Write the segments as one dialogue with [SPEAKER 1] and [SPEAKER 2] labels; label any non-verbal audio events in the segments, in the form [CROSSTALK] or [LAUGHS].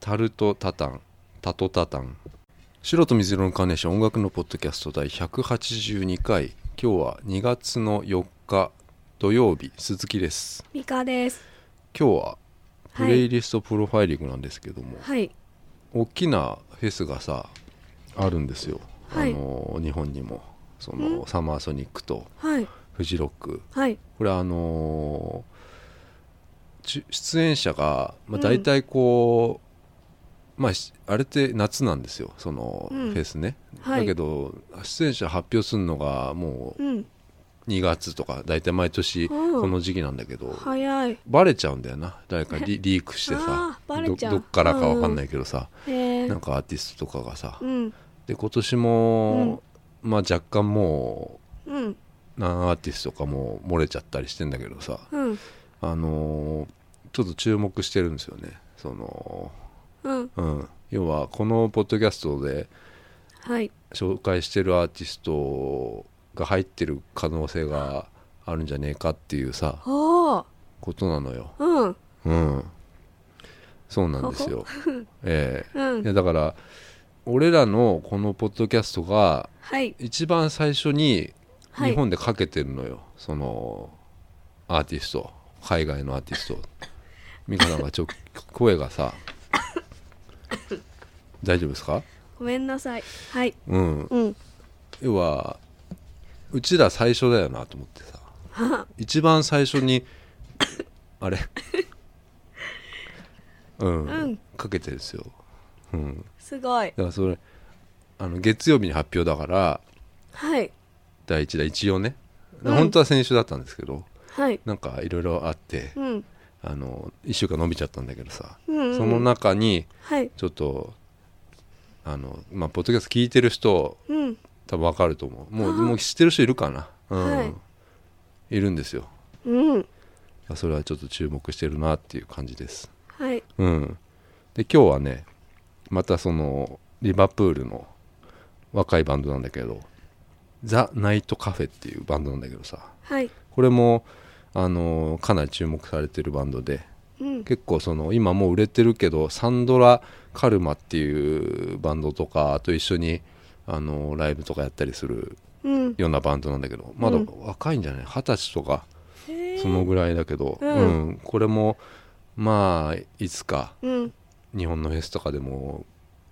[SPEAKER 1] タルトタタンタトタタン白と水色のカーネーション音楽のポッドキャスト第182回今日は2月の4日土曜日鈴木です
[SPEAKER 2] ミカです。
[SPEAKER 1] 今日はプ
[SPEAKER 2] はい
[SPEAKER 1] レイリストプロファイリングなんですけども、
[SPEAKER 2] はい。
[SPEAKER 1] 大きなフェスがさあるんですよ、
[SPEAKER 2] はい
[SPEAKER 1] あの日本にもその
[SPEAKER 2] ん
[SPEAKER 1] サマーソニックと
[SPEAKER 2] はい。
[SPEAKER 1] フジロック
[SPEAKER 2] はい。
[SPEAKER 1] これあのーち出演者が、まあ、
[SPEAKER 2] うん
[SPEAKER 1] 大体こう、まあしあれって夏なんですよそのフ
[SPEAKER 2] うん
[SPEAKER 1] ェスね、
[SPEAKER 2] はい
[SPEAKER 1] だけど出演者発表するのがも
[SPEAKER 2] うん。
[SPEAKER 1] う2月とか大体毎年
[SPEAKER 2] うん
[SPEAKER 1] この時期なんだけど、
[SPEAKER 2] 早い。
[SPEAKER 1] バレちゃうんだよな誰かリリークしてさ
[SPEAKER 2] あーバレ
[SPEAKER 1] ど
[SPEAKER 2] ちゃう
[SPEAKER 1] どっからか分かんないけどさ、
[SPEAKER 2] へえ
[SPEAKER 1] なん。かアーティストとかがさ、
[SPEAKER 2] うん。
[SPEAKER 1] で今年も、まあ若干も
[SPEAKER 2] うん。
[SPEAKER 1] う何アーティストとかも漏れちゃったりしてんだけどさ、
[SPEAKER 2] うん。
[SPEAKER 1] あのーちょっと注目してるんですよねその、
[SPEAKER 2] うん。
[SPEAKER 1] うん、要はこのポッドキャストで
[SPEAKER 2] はい。
[SPEAKER 1] 紹介してるアーティストが入ってる可能性があるんじゃねえかっていうさ
[SPEAKER 2] おお。
[SPEAKER 1] ことなのよ、
[SPEAKER 2] うん。
[SPEAKER 1] うん、そうなんですよ、ええ
[SPEAKER 2] う
[SPEAKER 1] いや
[SPEAKER 2] ん。
[SPEAKER 1] だから俺らのこのポッドキャストが
[SPEAKER 2] はい。
[SPEAKER 1] 一番最初に
[SPEAKER 2] はい。
[SPEAKER 1] 日本でかけてるのよ、そのアーティスト海外のアーティス
[SPEAKER 2] [LAUGHS]
[SPEAKER 1] ト美香さんがちょ声がさ大丈夫ですか
[SPEAKER 2] ごめんなさい。はい。
[SPEAKER 1] うん
[SPEAKER 2] うん。
[SPEAKER 1] 要はうちら最初だよなと思ってさ
[SPEAKER 2] [LAUGHS] は
[SPEAKER 1] 一番最初にあ
[SPEAKER 2] [LAUGHS]
[SPEAKER 1] れうん、
[SPEAKER 2] うん
[SPEAKER 1] かけてるんですよ、うん、だ
[SPEAKER 2] すごい。
[SPEAKER 1] からそれあの月曜日に発表だから
[SPEAKER 2] はい。
[SPEAKER 1] 第1弾一応ね、
[SPEAKER 2] うん
[SPEAKER 1] 本当は先週だったんですけど
[SPEAKER 2] はい。
[SPEAKER 1] なんかいろいろあって、
[SPEAKER 2] うん。
[SPEAKER 1] あの1週間伸びちゃったんだけどさ、
[SPEAKER 2] うんうん
[SPEAKER 1] その中に
[SPEAKER 2] はい。
[SPEAKER 1] ちょっとあのまあポッドキャスト聞いてる人
[SPEAKER 2] うん。
[SPEAKER 1] 多分わかると思うもう
[SPEAKER 2] あー
[SPEAKER 1] もう知ってる人いるかな、うん、
[SPEAKER 2] はい
[SPEAKER 1] るんですよ
[SPEAKER 2] うん。
[SPEAKER 1] それはちょっと注目してるなっていう感じです
[SPEAKER 2] はい。
[SPEAKER 1] うんで今日はねまたそのリバプールの若いバンドなんだけどザ・ナイト・カフェっていうバンドなんだけどさ
[SPEAKER 2] はい。
[SPEAKER 1] これもあのかなり注目されてるバンドで
[SPEAKER 2] うん。
[SPEAKER 1] 結構その今もう売れてるけどサンドラ・カルマっていうバンドとかと一緒にあのライブとかやったりする
[SPEAKER 2] うん。
[SPEAKER 1] ようなバンドなんだけどまだ
[SPEAKER 2] うん
[SPEAKER 1] 若いんじゃない二十歳とか
[SPEAKER 2] へえ
[SPEAKER 1] そのぐらいだけど、
[SPEAKER 2] う
[SPEAKER 1] うんんこれもまあいつか
[SPEAKER 2] うん。
[SPEAKER 1] 日本のフェスとかでも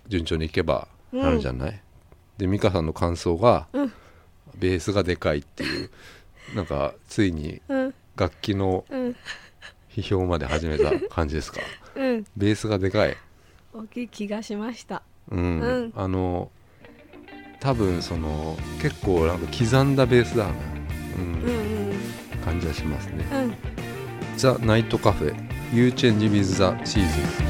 [SPEAKER 1] 順調にいけばなるんじゃない、で美香さんの感想が、
[SPEAKER 2] うん
[SPEAKER 1] ベースがでかいっていうなんかついに
[SPEAKER 2] うん。
[SPEAKER 1] 楽器の
[SPEAKER 2] うん。
[SPEAKER 1] 批評まで始めた感じです
[SPEAKER 2] [LAUGHS]
[SPEAKER 1] か
[SPEAKER 2] うん。
[SPEAKER 1] ベースがでかい
[SPEAKER 2] 大きい気がしました。
[SPEAKER 1] うん、
[SPEAKER 2] うん
[SPEAKER 1] あの多分その結構なんか刻んだベースだな、
[SPEAKER 2] う
[SPEAKER 1] うん
[SPEAKER 2] ん。うん。
[SPEAKER 1] 感じはしますね
[SPEAKER 2] うん。
[SPEAKER 1] 「ザ・ナイト・カフェ You Change with the Seasons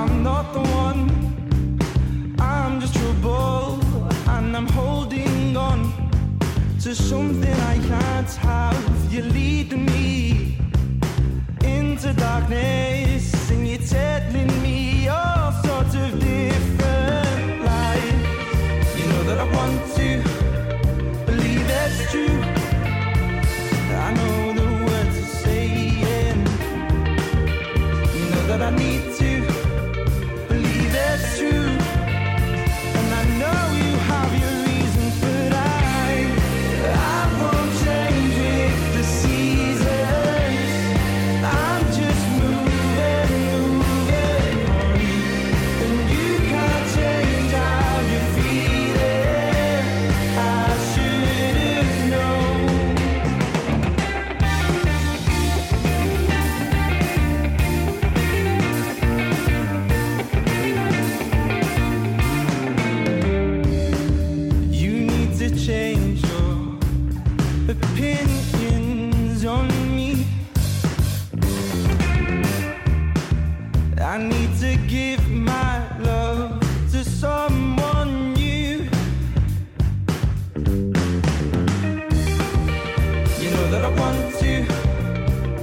[SPEAKER 3] I'm not the one. I'm just trouble, and I'm holding on to something I can't have. You're leading me into darkness, and you're telling me all sorts of different lies. You know that I want to believe it's true. I know the words you're saying. You know that I need to believe it's true. And I know you have your reasons, but I, I won't change with the seasons. I'm just moving, moving on. And you can't change how you're feeling. I should have known. You need to change your opinions on me. I need to give my love to someone new. You know that I want to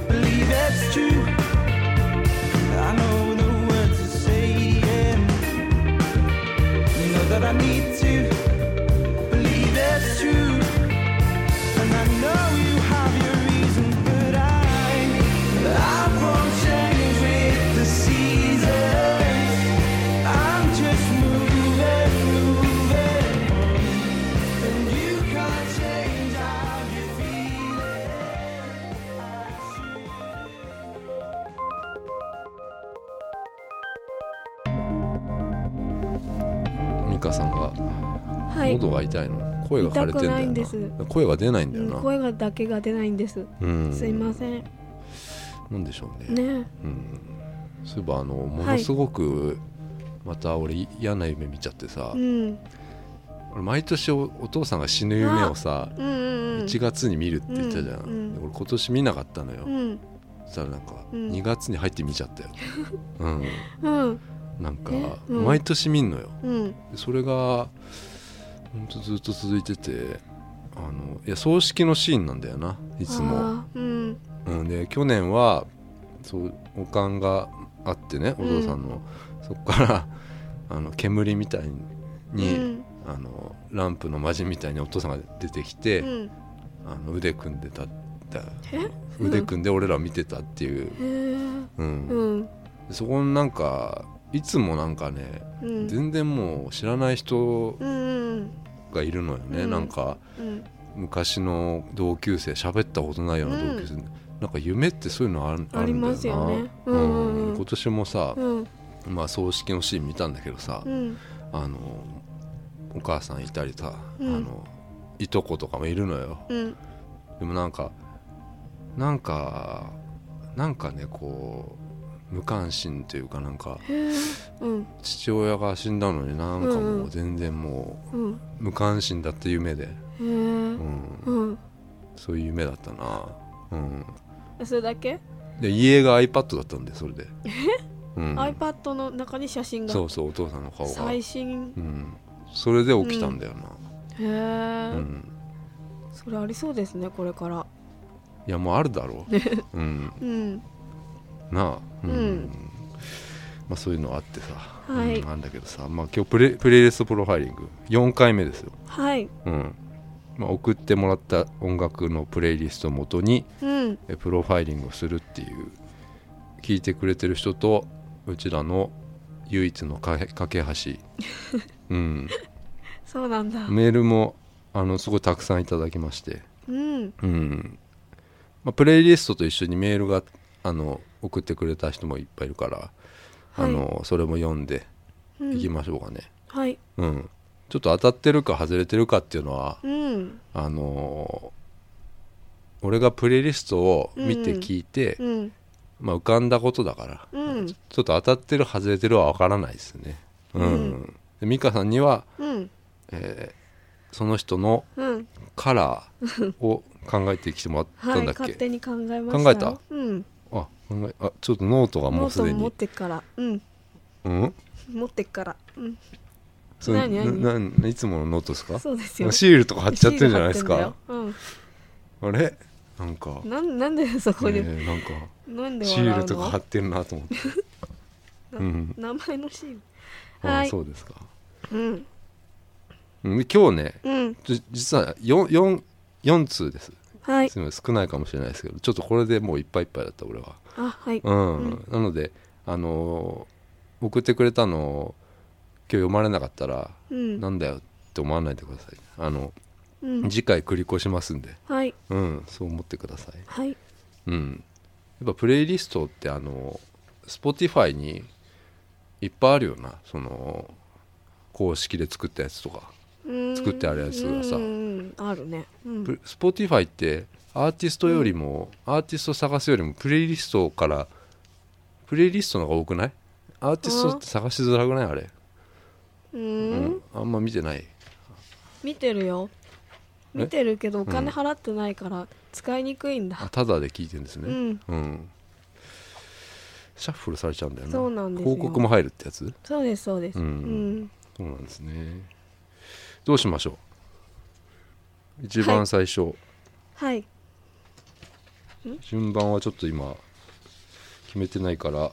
[SPEAKER 3] believe it's true. I know the words are saying. You know that I need to believe it's true.
[SPEAKER 1] 田さんが
[SPEAKER 2] はい、
[SPEAKER 1] 喉が痛いの、声が枯れてんだよ
[SPEAKER 2] 痛くないん
[SPEAKER 1] な
[SPEAKER 2] です
[SPEAKER 1] 声が出ないんだ
[SPEAKER 2] う
[SPEAKER 1] よ
[SPEAKER 2] ん
[SPEAKER 1] な、
[SPEAKER 2] 声がだけが出ないんです、
[SPEAKER 1] うん
[SPEAKER 2] すいません
[SPEAKER 1] なんでしょうね
[SPEAKER 2] ね
[SPEAKER 1] うん、そういえばあのものすごく、また俺嫌な夢見ちゃってさ、
[SPEAKER 2] うん
[SPEAKER 1] 俺毎年おお父さんが死ぬ夢をさ
[SPEAKER 2] うんうんうん
[SPEAKER 1] 1月に見るって言ったじゃん、
[SPEAKER 2] うんうん
[SPEAKER 1] で俺今年見なかったのよ、
[SPEAKER 2] うん
[SPEAKER 1] そしたらなんか
[SPEAKER 2] うん
[SPEAKER 1] 2月に入って見ちゃ
[SPEAKER 2] [LAUGHS]
[SPEAKER 1] ったよ、うん、
[SPEAKER 2] うん
[SPEAKER 1] なんか
[SPEAKER 2] ねうん
[SPEAKER 1] 毎年見んのよ
[SPEAKER 2] うん
[SPEAKER 1] それがほんとずっと続いててあのいや葬式のシーンなんだよないつも、
[SPEAKER 2] あーうん
[SPEAKER 1] うん、で去年はそうおかんがあってねお
[SPEAKER 2] うん
[SPEAKER 1] 父さんの、そこからあの煙みたいに、
[SPEAKER 2] うん
[SPEAKER 1] あのランプの魔人みたいにお父さんが出てきて、
[SPEAKER 2] うん
[SPEAKER 1] あの腕組んでたった
[SPEAKER 2] え
[SPEAKER 1] 腕組んで俺らを見てたっていう、
[SPEAKER 2] へー
[SPEAKER 1] うん
[SPEAKER 2] うん
[SPEAKER 1] そこのなんかいつもなんかね、
[SPEAKER 2] うん
[SPEAKER 1] 全然もう知らない人
[SPEAKER 2] うんうん
[SPEAKER 1] がいるのよね、
[SPEAKER 2] うん
[SPEAKER 1] なんか
[SPEAKER 2] うん
[SPEAKER 1] 昔の同級生喋ったことないような同級生、なんか夢ってそういうのある
[SPEAKER 2] ありますよ
[SPEAKER 1] あ
[SPEAKER 2] ね
[SPEAKER 1] るんだよな
[SPEAKER 2] うんうんうん
[SPEAKER 1] 今年もさ、
[SPEAKER 2] うん
[SPEAKER 1] まあ、葬式のシーン見たんだけどさ、
[SPEAKER 2] うん
[SPEAKER 1] あのお母さんいたりさ、
[SPEAKER 2] うん
[SPEAKER 1] あのいとことかもいるのよ
[SPEAKER 2] うん
[SPEAKER 1] でもなんかなんかなんかねこう無関心というかなんか
[SPEAKER 2] へーうん
[SPEAKER 1] 父親が死んだのになんか
[SPEAKER 2] うん
[SPEAKER 1] も
[SPEAKER 2] う
[SPEAKER 1] うん全然も
[SPEAKER 2] うん
[SPEAKER 1] う無関心だった夢で、
[SPEAKER 2] へ
[SPEAKER 1] う
[SPEAKER 2] ー
[SPEAKER 1] ん、
[SPEAKER 2] うん
[SPEAKER 1] そういう夢だったな、うん、
[SPEAKER 2] それだけ
[SPEAKER 1] で家が iPad だったんでそれで、うん、
[SPEAKER 2] iPad の中に写真が
[SPEAKER 1] そうそうお父さんの顔が、
[SPEAKER 2] 最新
[SPEAKER 1] うん、それで起きたんだよな、
[SPEAKER 2] へ
[SPEAKER 1] うん
[SPEAKER 2] えそれありそうですねこれから
[SPEAKER 1] いやもうあるだろう、うん、
[SPEAKER 2] うん
[SPEAKER 1] なあうん、
[SPEAKER 2] うん
[SPEAKER 1] まあ、そういうのあってさ、
[SPEAKER 2] い
[SPEAKER 1] うん、なんだけどさ、まあ、今日プレプレイリストプロファイリング4回目ですよ、
[SPEAKER 2] はい
[SPEAKER 1] うんまあ、送ってもらった音楽のプレイリストをもとに
[SPEAKER 2] うん
[SPEAKER 1] えプロファイリングをするっていう聞いてくれてる人とうちらの唯一のかけ架け
[SPEAKER 2] [LAUGHS]
[SPEAKER 1] 橋、うん、
[SPEAKER 2] そうなんだ
[SPEAKER 1] メールもあのすごいたくさんいただきまして、
[SPEAKER 2] うん
[SPEAKER 1] うんまあ、プレイリストと一緒にメールがあの送ってくれた人もいっぱいいるから、
[SPEAKER 2] はい
[SPEAKER 1] あのそれも読んで
[SPEAKER 2] うん
[SPEAKER 1] いきましょうかね、
[SPEAKER 2] はい
[SPEAKER 1] うんちょっと当たってるか外れてるかっていうのは
[SPEAKER 2] うん
[SPEAKER 1] あのー俺がプレイリストを見て聞いて、
[SPEAKER 2] うん
[SPEAKER 1] まあ、浮かんだことだから、
[SPEAKER 2] うん
[SPEAKER 1] ちょっと当たってる外れてるは分からないですねうん、
[SPEAKER 2] うん
[SPEAKER 1] で美香さんには、
[SPEAKER 2] うん
[SPEAKER 1] えーその人の
[SPEAKER 2] うん
[SPEAKER 1] カラーを考えてきてもらっ
[SPEAKER 2] は
[SPEAKER 1] た
[SPEAKER 2] い
[SPEAKER 1] んだっけ、
[SPEAKER 2] 勝手に考えました
[SPEAKER 1] 考えた
[SPEAKER 2] うん
[SPEAKER 1] あ考えあちょっとノートがも
[SPEAKER 2] ノ
[SPEAKER 1] う
[SPEAKER 2] ー
[SPEAKER 1] す
[SPEAKER 2] ト
[SPEAKER 1] で
[SPEAKER 2] も持っ
[SPEAKER 1] に
[SPEAKER 2] てっからうん
[SPEAKER 1] うん
[SPEAKER 2] 持ってっからうん
[SPEAKER 1] それ
[SPEAKER 2] 何何
[SPEAKER 1] ななんいつものノートですか
[SPEAKER 2] そうですよ
[SPEAKER 1] シールとか貼っちゃってるじゃないです
[SPEAKER 2] シール貼っ
[SPEAKER 1] か
[SPEAKER 2] てんだよ
[SPEAKER 1] あれなんか、
[SPEAKER 2] うんなんなんでそこ
[SPEAKER 1] え
[SPEAKER 2] に
[SPEAKER 1] ーなんか
[SPEAKER 2] なんで
[SPEAKER 1] シ
[SPEAKER 2] 笑うの
[SPEAKER 1] ールとか貼ってるなと
[SPEAKER 2] [LAUGHS]
[SPEAKER 1] 思って、
[SPEAKER 2] な
[SPEAKER 1] うん、
[SPEAKER 2] 名前のシール
[SPEAKER 1] あ
[SPEAKER 2] は
[SPEAKER 1] あ
[SPEAKER 2] い
[SPEAKER 1] そうですか、
[SPEAKER 2] うん
[SPEAKER 1] うん、で今日ね
[SPEAKER 2] うん
[SPEAKER 1] じ実は 4, 4, 4通です
[SPEAKER 2] はい
[SPEAKER 1] すみません少ないかもしれないですけどちょっとこれでもういっぱいいっぱいだった俺は
[SPEAKER 2] あはい
[SPEAKER 1] うん、
[SPEAKER 2] うん
[SPEAKER 1] なのであのー送ってくれたのを今日読まれなかったら、
[SPEAKER 2] うん
[SPEAKER 1] なんだよって思わないでくださいあの
[SPEAKER 2] うん
[SPEAKER 1] 次回繰り越しますんで、
[SPEAKER 2] はい
[SPEAKER 1] うん、そう思ってください。
[SPEAKER 2] はい
[SPEAKER 1] うん、やっぱプレイリストってあの Spotify にいっぱいあるよなその公式で作ったやつとか、作
[SPEAKER 2] 作
[SPEAKER 1] ってあるやつがさ
[SPEAKER 2] あるねうん
[SPEAKER 1] プ Spotify ってアーティストよりも、アーティスト探すよりもプレイリストからプレイリストの方が多くないアーティストって探しづらくないあれ、
[SPEAKER 2] う
[SPEAKER 1] う
[SPEAKER 2] ーん
[SPEAKER 1] ん、あんま見てない
[SPEAKER 2] 見てるよ
[SPEAKER 1] え
[SPEAKER 2] 見てるけどお金払ってないから使いにくいん
[SPEAKER 1] あ
[SPEAKER 2] だ
[SPEAKER 1] ただで聞いてるんですね
[SPEAKER 2] うん
[SPEAKER 1] うんシャッフルされちゃうんだよな
[SPEAKER 2] そうなんですよ
[SPEAKER 1] 広告も入るってやつ
[SPEAKER 2] そうですそうです
[SPEAKER 1] う
[SPEAKER 2] うんん
[SPEAKER 1] そうなんですねどうしましょう一番最初、
[SPEAKER 2] はい
[SPEAKER 1] 順番はちょっと今決めてないから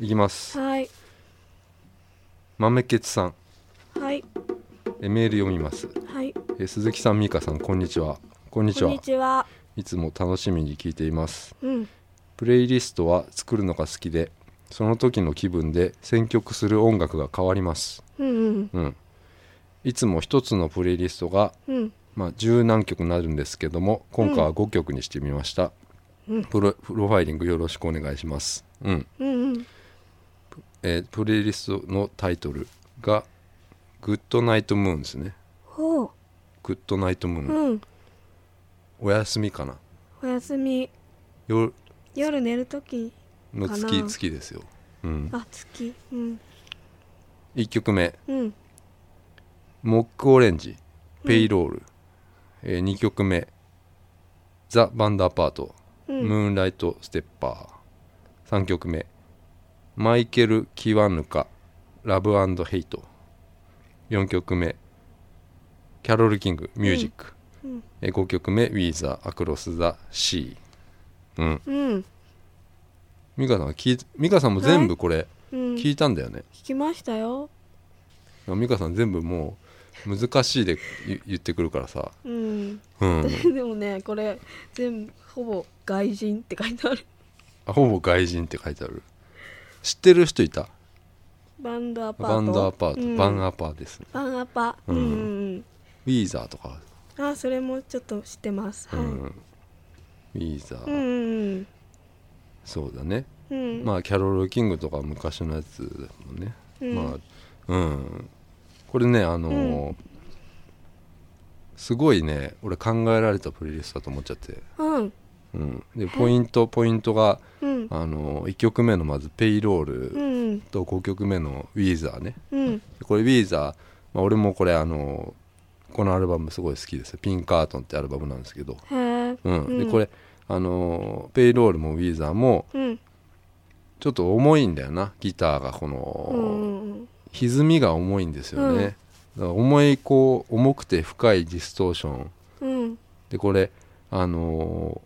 [SPEAKER 1] いきます
[SPEAKER 2] はい
[SPEAKER 1] 豆ケツさん
[SPEAKER 2] はい
[SPEAKER 1] えメール読みます
[SPEAKER 2] はい
[SPEAKER 1] え鈴木さん美香さんこんにちはこんにち
[SPEAKER 2] こん
[SPEAKER 1] は
[SPEAKER 2] にちはい
[SPEAKER 1] つも楽しみに聞いています
[SPEAKER 2] うん
[SPEAKER 1] プレイリストは作るのが好きでその時の気分で選曲する音楽が変わります
[SPEAKER 2] うんうん
[SPEAKER 1] うんいつも一つのプレイリストが
[SPEAKER 2] うん
[SPEAKER 1] まあ、十何曲になるんですけども今回は5曲にしてみました、
[SPEAKER 2] うん
[SPEAKER 1] プロプロファイリングよろしくお願いします、うん
[SPEAKER 2] うんうん
[SPEAKER 1] えープレイリストのタイトルが「グッドナイトムーン」ですね
[SPEAKER 2] ほう
[SPEAKER 1] 「グッドナイトムーン」
[SPEAKER 2] うん
[SPEAKER 1] おやすみかな
[SPEAKER 2] おやすみ
[SPEAKER 1] 夜
[SPEAKER 2] 夜寝るとき
[SPEAKER 1] の
[SPEAKER 2] か
[SPEAKER 1] 月
[SPEAKER 2] な
[SPEAKER 1] 月ですよ、うん、
[SPEAKER 2] あ月うん
[SPEAKER 1] 1曲目
[SPEAKER 2] うん
[SPEAKER 1] 「モックオレンジ」「ペイロール」え2曲目「ザ・バンダーパート」
[SPEAKER 2] うん
[SPEAKER 1] ムーンライト・ステッパー」3曲目「マイケル・キワヌカ」「ラブヘイト」4曲目「キャロル・キング」「ミュージック」
[SPEAKER 2] うん
[SPEAKER 1] え5曲目「ウィーザー・アクロス・ザ・シー」うん
[SPEAKER 2] うん
[SPEAKER 1] 美香さんは聞い美香さんも全部これ
[SPEAKER 2] うん
[SPEAKER 1] 聞
[SPEAKER 2] 聞
[SPEAKER 1] いたんだよね、
[SPEAKER 2] きましたよ
[SPEAKER 1] 美香さん全部もう難しいで言言ってくるからさ、
[SPEAKER 2] うん [LAUGHS]
[SPEAKER 1] うん、
[SPEAKER 2] でもねこれ全部ほぼ外人って書いてある
[SPEAKER 1] あほぼ外人って書いてある知ってる人いた
[SPEAKER 2] バンドアパート
[SPEAKER 1] バンドアパート、
[SPEAKER 2] うん
[SPEAKER 1] バンアパーですね
[SPEAKER 2] バンアパ
[SPEAKER 1] う
[SPEAKER 2] うんんうん
[SPEAKER 1] ウィーザーとか、
[SPEAKER 2] うんあそれもちょっと知ってます
[SPEAKER 1] う
[SPEAKER 2] はい
[SPEAKER 1] んウィーザー、
[SPEAKER 2] うんうん
[SPEAKER 1] そうだね、
[SPEAKER 2] うんうん
[SPEAKER 1] まあキャロル・キングとか昔のやつだもんね、
[SPEAKER 2] うん
[SPEAKER 1] まあうんこれねあのーすごいね俺考えられたプレイリストだと思っちゃって、
[SPEAKER 2] うん
[SPEAKER 1] うん、でポイントポイントが
[SPEAKER 2] うん
[SPEAKER 1] あの1曲目のまず「ペイロー
[SPEAKER 2] う
[SPEAKER 1] ル
[SPEAKER 2] ん」
[SPEAKER 1] と5曲目の「ウィーザーね
[SPEAKER 2] うん
[SPEAKER 1] これ「ウィーザー、まあ、俺もこれあのこのアルバムすごい好きですよピンカートン」ってアルバムなんですけど、
[SPEAKER 2] へえ
[SPEAKER 1] うん
[SPEAKER 2] うん
[SPEAKER 1] でこれあの「ペイロール」も「ウィーザー」も
[SPEAKER 2] うん
[SPEAKER 1] ちょっと重いんだよなギターがこ
[SPEAKER 2] うんう
[SPEAKER 1] の、
[SPEAKER 2] ん
[SPEAKER 1] 歪みが重いんですよね、だから重いこう重くて深いディストーション
[SPEAKER 2] うん
[SPEAKER 1] でこれあの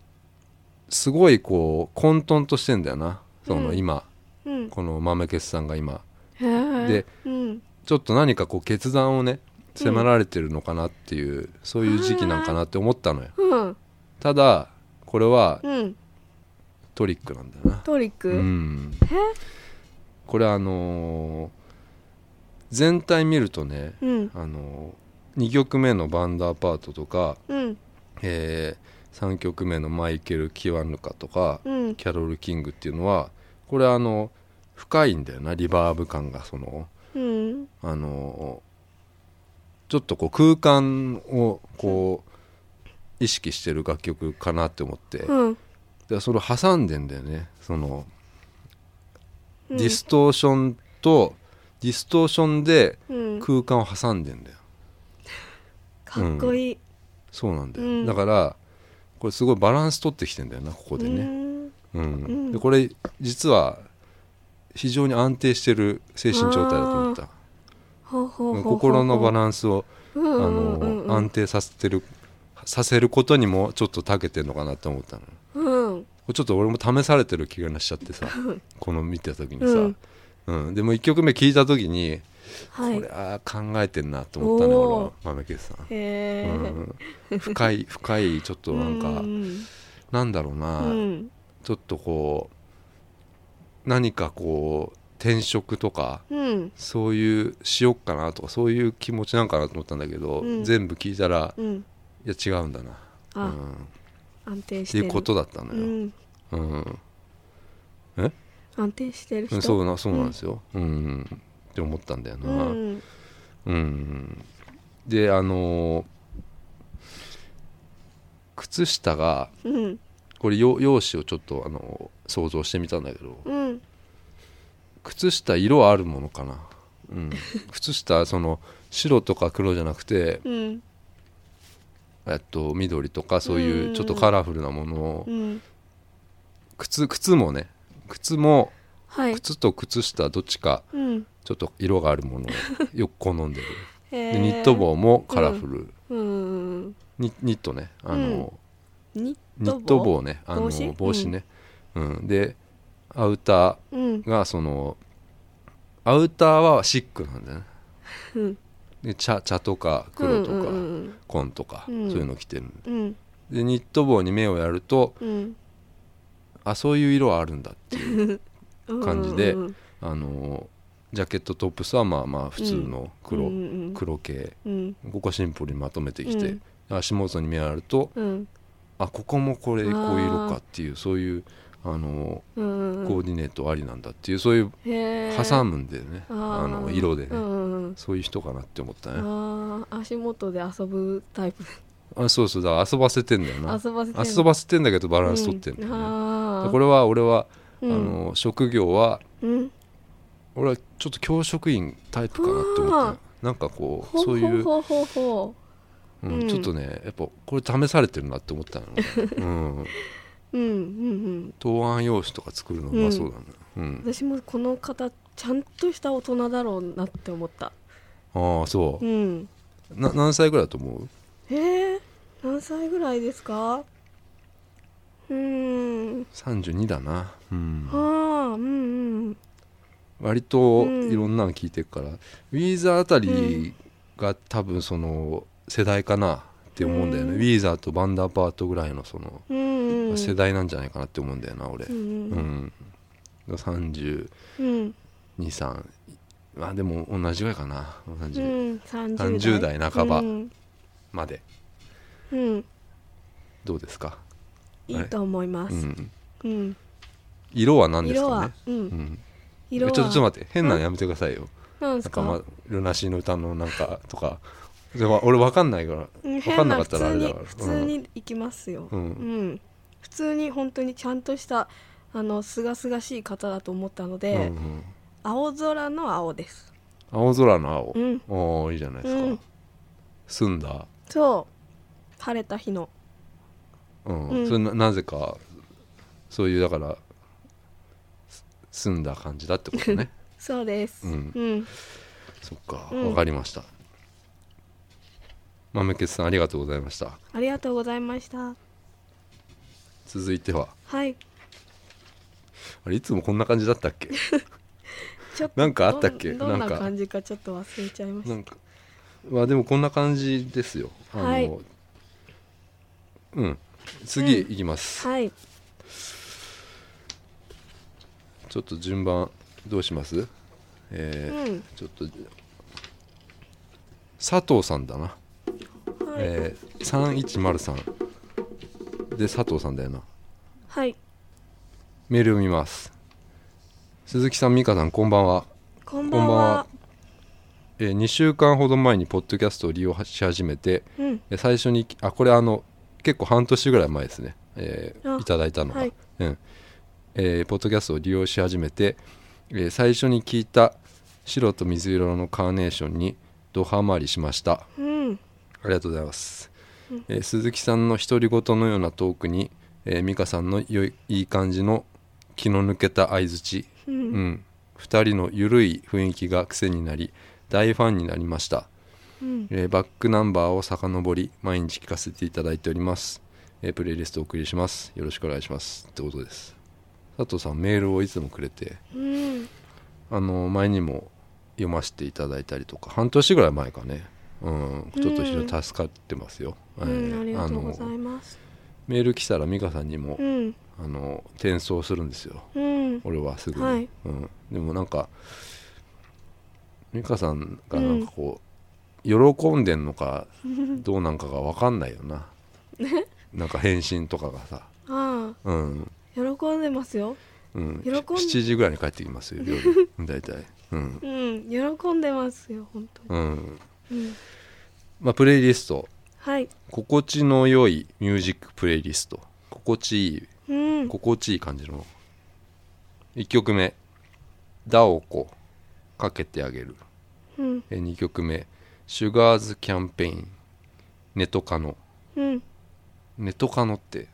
[SPEAKER 1] すごいこう混沌としてんだよなその
[SPEAKER 2] うん
[SPEAKER 1] 今、
[SPEAKER 2] うん
[SPEAKER 1] この豆ケスさんが今
[SPEAKER 2] へえ
[SPEAKER 1] で
[SPEAKER 2] うん
[SPEAKER 1] ちょっと何かこう決断をね迫られてるのかなっていう、そういう時期なんかなって思ったのよ
[SPEAKER 2] うん
[SPEAKER 1] ただこれは
[SPEAKER 2] うん
[SPEAKER 1] トリックなんだよな
[SPEAKER 2] トリック
[SPEAKER 1] うんこれあのー全体見るとね、
[SPEAKER 2] うん
[SPEAKER 1] あのー、2曲目のバンドアパートとか、
[SPEAKER 2] うん
[SPEAKER 1] え3曲目のマイケル・キワヌカとか、
[SPEAKER 2] うん
[SPEAKER 1] キャロル・キングっていうのはこれあの深いんだよなリバーブ感がその
[SPEAKER 2] うん
[SPEAKER 1] あのちょっとこう空間をこう意識してる楽曲かなって思って、
[SPEAKER 2] うん
[SPEAKER 1] でそれを挟んでんだよねその
[SPEAKER 2] うん
[SPEAKER 1] ディストーションと、ディストーションで
[SPEAKER 2] うん
[SPEAKER 1] 空間を挟んでんだよ
[SPEAKER 2] かっこいい
[SPEAKER 1] そうなんだよ、
[SPEAKER 2] うん
[SPEAKER 1] だからこれすごいバランス取ってきてんだよなここでね、
[SPEAKER 2] ね
[SPEAKER 1] うん
[SPEAKER 2] うん
[SPEAKER 1] でこれ実は非常に安定してる精神状態だと思った
[SPEAKER 2] ほうほうほうほう
[SPEAKER 1] 心のバ
[SPEAKER 2] ン
[SPEAKER 1] ランスを
[SPEAKER 2] あ
[SPEAKER 1] あの、安定させてるさせることにもちょっと長けてるのかなと思ったのこ
[SPEAKER 2] うん
[SPEAKER 1] れちょっと俺も試されてる気がしちゃって
[SPEAKER 2] [LAUGHS]
[SPEAKER 1] さこの見てた時にさ、
[SPEAKER 2] うん
[SPEAKER 1] うんでも1曲目聴いた時に、
[SPEAKER 2] は
[SPEAKER 1] こ
[SPEAKER 2] い
[SPEAKER 1] れあー考えてんなと思ったね
[SPEAKER 2] おー
[SPEAKER 1] 俺は豆圭さん、
[SPEAKER 2] へえ
[SPEAKER 1] うん、深い深いちょっとなんか、
[SPEAKER 2] うん
[SPEAKER 1] なんだろうな、
[SPEAKER 2] うん
[SPEAKER 1] ちょっとこう何かこう転職とか
[SPEAKER 2] うん
[SPEAKER 1] そういうしよっかなとかそういう気持ちなんかなと思ったんだけど、
[SPEAKER 2] うん
[SPEAKER 1] 全部聞いたら
[SPEAKER 2] うん
[SPEAKER 1] いや違うんだな、う
[SPEAKER 2] あ
[SPEAKER 1] ん、
[SPEAKER 2] 安定し
[SPEAKER 1] って
[SPEAKER 2] て
[SPEAKER 1] い
[SPEAKER 2] る
[SPEAKER 1] うことだったの
[SPEAKER 2] う
[SPEAKER 1] よ、
[SPEAKER 2] ん
[SPEAKER 1] うん
[SPEAKER 2] 安定してる人
[SPEAKER 1] そう
[SPEAKER 2] う
[SPEAKER 1] なそうなんですよ、うんって思ったんだよな、うん
[SPEAKER 2] ん
[SPEAKER 1] であのー靴下が
[SPEAKER 2] うん
[SPEAKER 1] これよ用紙をちょっと、あのー想像してみたんだけど
[SPEAKER 2] うん
[SPEAKER 1] 靴下色あるものかな、うん、靴下その白とか黒じゃなくて、
[SPEAKER 2] うん
[SPEAKER 1] えっと、緑とかそういうちょっとカラフルなものを
[SPEAKER 2] うん
[SPEAKER 1] 靴靴もね靴も
[SPEAKER 2] はい
[SPEAKER 1] 靴と靴下どっちか
[SPEAKER 2] うん
[SPEAKER 1] ちょっと色があるも
[SPEAKER 2] [LAUGHS]
[SPEAKER 1] のをよく好んでる
[SPEAKER 2] へ
[SPEAKER 1] で
[SPEAKER 2] ー
[SPEAKER 1] ニット帽もカラフル、
[SPEAKER 2] うん
[SPEAKER 1] ニニットねあの、
[SPEAKER 2] ニ
[SPEAKER 1] ニット帽ねあの
[SPEAKER 2] 帽子
[SPEAKER 1] ね、うんでアウタ
[SPEAKER 2] うん
[SPEAKER 1] ーがそのアウターはシックなんだよね
[SPEAKER 2] うん
[SPEAKER 1] で茶茶とか黒とか、
[SPEAKER 2] うん
[SPEAKER 1] 紺とか、
[SPEAKER 2] うん
[SPEAKER 1] そういうの着てる
[SPEAKER 2] うん
[SPEAKER 1] でニット帽に目をやると
[SPEAKER 2] うん
[SPEAKER 1] あそういう色あるんだっていう
[SPEAKER 2] うん
[SPEAKER 1] 感じで
[SPEAKER 2] うん
[SPEAKER 1] あのジャケットトップスはまあまあ普通の黒、
[SPEAKER 2] うん
[SPEAKER 1] 黒系
[SPEAKER 2] うん
[SPEAKER 1] ここシンプルにまとめてき
[SPEAKER 2] う
[SPEAKER 1] て
[SPEAKER 2] ん、
[SPEAKER 1] 足元に目をやると
[SPEAKER 2] うん
[SPEAKER 1] あここもこれこういう色かっていうそういうああの
[SPEAKER 2] うんうん
[SPEAKER 1] コーディネートありなんだっていうそういう
[SPEAKER 2] へー
[SPEAKER 1] 挟むんでね、
[SPEAKER 2] ー
[SPEAKER 1] あの色でね、
[SPEAKER 2] うんうんうん
[SPEAKER 1] そういう人かなって思ったね、
[SPEAKER 2] あー足元で遊ぶタイプ
[SPEAKER 1] あそうそうだから遊ばせてんだよな
[SPEAKER 2] 遊ばせてんの
[SPEAKER 1] 遊ばせてんだけどバランス取ってんだよね、だから
[SPEAKER 2] あ
[SPEAKER 1] これは俺は、
[SPEAKER 2] れ
[SPEAKER 1] あの職業は
[SPEAKER 2] うん
[SPEAKER 1] 俺はちょっと教職員タイプかなって思ってなんかこう
[SPEAKER 2] ほ
[SPEAKER 1] そういう、
[SPEAKER 2] ほうほうほ
[SPEAKER 1] う、
[SPEAKER 2] うんん
[SPEAKER 1] ちょっとねやっぱこれ試されてるなって思ったの、
[SPEAKER 2] [LAUGHS]
[SPEAKER 1] うん、
[SPEAKER 2] ううんうん
[SPEAKER 1] 答案用紙とか作るのうまそうだね、うん
[SPEAKER 2] うん私もこの方ちゃんとした大人だろうなって思った
[SPEAKER 1] ああそうう、
[SPEAKER 2] ん
[SPEAKER 1] な何歳ぐらいだと思う
[SPEAKER 2] へえ何歳ぐらいですかうーん
[SPEAKER 1] 32だな、うん、
[SPEAKER 2] ああうんうん
[SPEAKER 1] 割と
[SPEAKER 2] うん
[SPEAKER 1] いろんなの聞いてるから、ウィーザーあたりが多分その世代かなって思うんだよね、
[SPEAKER 2] うん
[SPEAKER 1] ウィーザーとバンダーパートぐらいのその
[SPEAKER 2] うんうん
[SPEAKER 1] 世代なんじゃないかなって思うんだよな俺
[SPEAKER 2] う、ん
[SPEAKER 1] う
[SPEAKER 2] うん
[SPEAKER 1] ん323
[SPEAKER 2] うん
[SPEAKER 1] まあでも同じぐらいかな同
[SPEAKER 2] う
[SPEAKER 1] じ
[SPEAKER 2] ん30
[SPEAKER 1] 30代半ば
[SPEAKER 2] うん
[SPEAKER 1] まで
[SPEAKER 2] うん
[SPEAKER 1] どうですか、
[SPEAKER 2] いいと思いま
[SPEAKER 1] う
[SPEAKER 2] す
[SPEAKER 1] ん、
[SPEAKER 2] うん
[SPEAKER 1] 色は何です
[SPEAKER 2] 色
[SPEAKER 1] か
[SPEAKER 2] は
[SPEAKER 1] ね
[SPEAKER 2] うん
[SPEAKER 1] うん
[SPEAKER 2] 色は
[SPEAKER 1] ちょっとちょっと待って変なのやめてくださいよ、
[SPEAKER 2] なんで
[SPEAKER 1] な
[SPEAKER 2] す
[SPEAKER 1] んか、まあ
[SPEAKER 2] か、
[SPEAKER 1] ルナシーの歌のなんかとかでも俺わかんないから
[SPEAKER 2] うん
[SPEAKER 1] わかんなかったらあれだ
[SPEAKER 2] 変
[SPEAKER 1] か
[SPEAKER 2] な
[SPEAKER 1] ら
[SPEAKER 2] 普通に普通に行きますよ
[SPEAKER 1] う
[SPEAKER 2] うんん普通に本当にちゃんとしたあのすがすがしい方だと思ったの
[SPEAKER 1] うんう
[SPEAKER 2] で
[SPEAKER 1] ん、
[SPEAKER 2] 青空の青です
[SPEAKER 1] 青空の青、
[SPEAKER 2] うん
[SPEAKER 1] おーいいじゃないですか、
[SPEAKER 2] うん
[SPEAKER 1] 澄んだ、
[SPEAKER 2] そう晴れた日の
[SPEAKER 1] うん
[SPEAKER 2] うん
[SPEAKER 1] それななぜかそういうだからす澄んだ感じだってこと
[SPEAKER 2] [LAUGHS]
[SPEAKER 1] ね
[SPEAKER 2] そうです
[SPEAKER 1] うん
[SPEAKER 2] うん
[SPEAKER 1] そっか
[SPEAKER 2] うん
[SPEAKER 1] わかりました、まめけつさんありがとうございました
[SPEAKER 2] ありがとうございました
[SPEAKER 1] 続いては
[SPEAKER 2] はい
[SPEAKER 1] あれいつもこんな感じだったっけ
[SPEAKER 2] ちょっと
[SPEAKER 1] なんかあったっけ
[SPEAKER 2] どんどん
[SPEAKER 1] なん
[SPEAKER 2] な
[SPEAKER 1] か
[SPEAKER 2] 感じかちょっと忘れちゃいまし
[SPEAKER 1] な
[SPEAKER 2] た
[SPEAKER 1] んかまあでもこんな感じですよあの、
[SPEAKER 2] はい
[SPEAKER 1] うん次
[SPEAKER 2] うん
[SPEAKER 1] いきます、
[SPEAKER 2] はい
[SPEAKER 1] ちょっと順番どうしますえー
[SPEAKER 2] うん
[SPEAKER 1] ちょっと佐藤さんだな、
[SPEAKER 2] はい
[SPEAKER 1] えー、3103で佐藤さんだよな
[SPEAKER 2] はい
[SPEAKER 1] メールを見ます鈴木さん美香さんこんばんは、
[SPEAKER 2] こんばん
[SPEAKER 1] こんばんは
[SPEAKER 2] は
[SPEAKER 1] え2週間ほど前にポッドキャストを利用し始めて
[SPEAKER 2] うん
[SPEAKER 1] え最初にあこれあの結構半年ぐらい前ですね、えー
[SPEAKER 2] あ
[SPEAKER 1] いただいたのが、
[SPEAKER 2] はい
[SPEAKER 1] うんえーポッドキャストを利用し始めて、えー最初に聞いた白と水色のカーネーションにドハマりしましたあ
[SPEAKER 2] うん
[SPEAKER 1] りがとうございます、えー鈴木さんの独り言のようなトークに、えー美香さんの良いいい感じの気の抜けた相づち、
[SPEAKER 2] う
[SPEAKER 1] うんん、2人の緩い雰囲気が癖になり大ファンになりました
[SPEAKER 2] うん
[SPEAKER 1] えーバックナンバーを遡り毎日聞かせていただいております、えープレイリストをお送りしますよろしくお願いしますってことです佐藤さんメールをいつもくれて
[SPEAKER 2] うん
[SPEAKER 1] あの前にも読ませていただいたりとか半年ぐらい前かねうんちょっと非常に助かってますよ、
[SPEAKER 2] う
[SPEAKER 1] え
[SPEAKER 2] ん
[SPEAKER 1] ー
[SPEAKER 2] ありがとうござ
[SPEAKER 1] あの
[SPEAKER 2] います
[SPEAKER 1] メール来たら美香さんにも、
[SPEAKER 2] うん
[SPEAKER 1] あの転送するんですよ
[SPEAKER 2] うん
[SPEAKER 1] 俺はすぐに、
[SPEAKER 2] はい
[SPEAKER 1] うん、でもなんか美香さんがなんかこう、喜んでんの
[SPEAKER 2] [LAUGHS]
[SPEAKER 1] かどうなんかが分かんないよななんか返信とかがさ
[SPEAKER 2] ああ
[SPEAKER 1] うん、
[SPEAKER 2] 喜んでますよ
[SPEAKER 1] うん、
[SPEAKER 2] 喜ん
[SPEAKER 1] 7時ぐらいに帰ってきますよ
[SPEAKER 2] [LAUGHS]
[SPEAKER 1] 夜大体うん、
[SPEAKER 2] うん喜んでますよ本当に
[SPEAKER 1] うん、
[SPEAKER 2] うん
[SPEAKER 1] まあプレイリスト
[SPEAKER 2] はい
[SPEAKER 1] 心地の良いミュージックプレイリスト心地いい
[SPEAKER 2] うん
[SPEAKER 1] 心地いい感じの1曲目「ダオコかけてあげる」
[SPEAKER 2] うん
[SPEAKER 1] えー2曲目「シュガーズキャンペーン」「ネトカノ
[SPEAKER 2] うん」
[SPEAKER 1] 「ネトカノ」って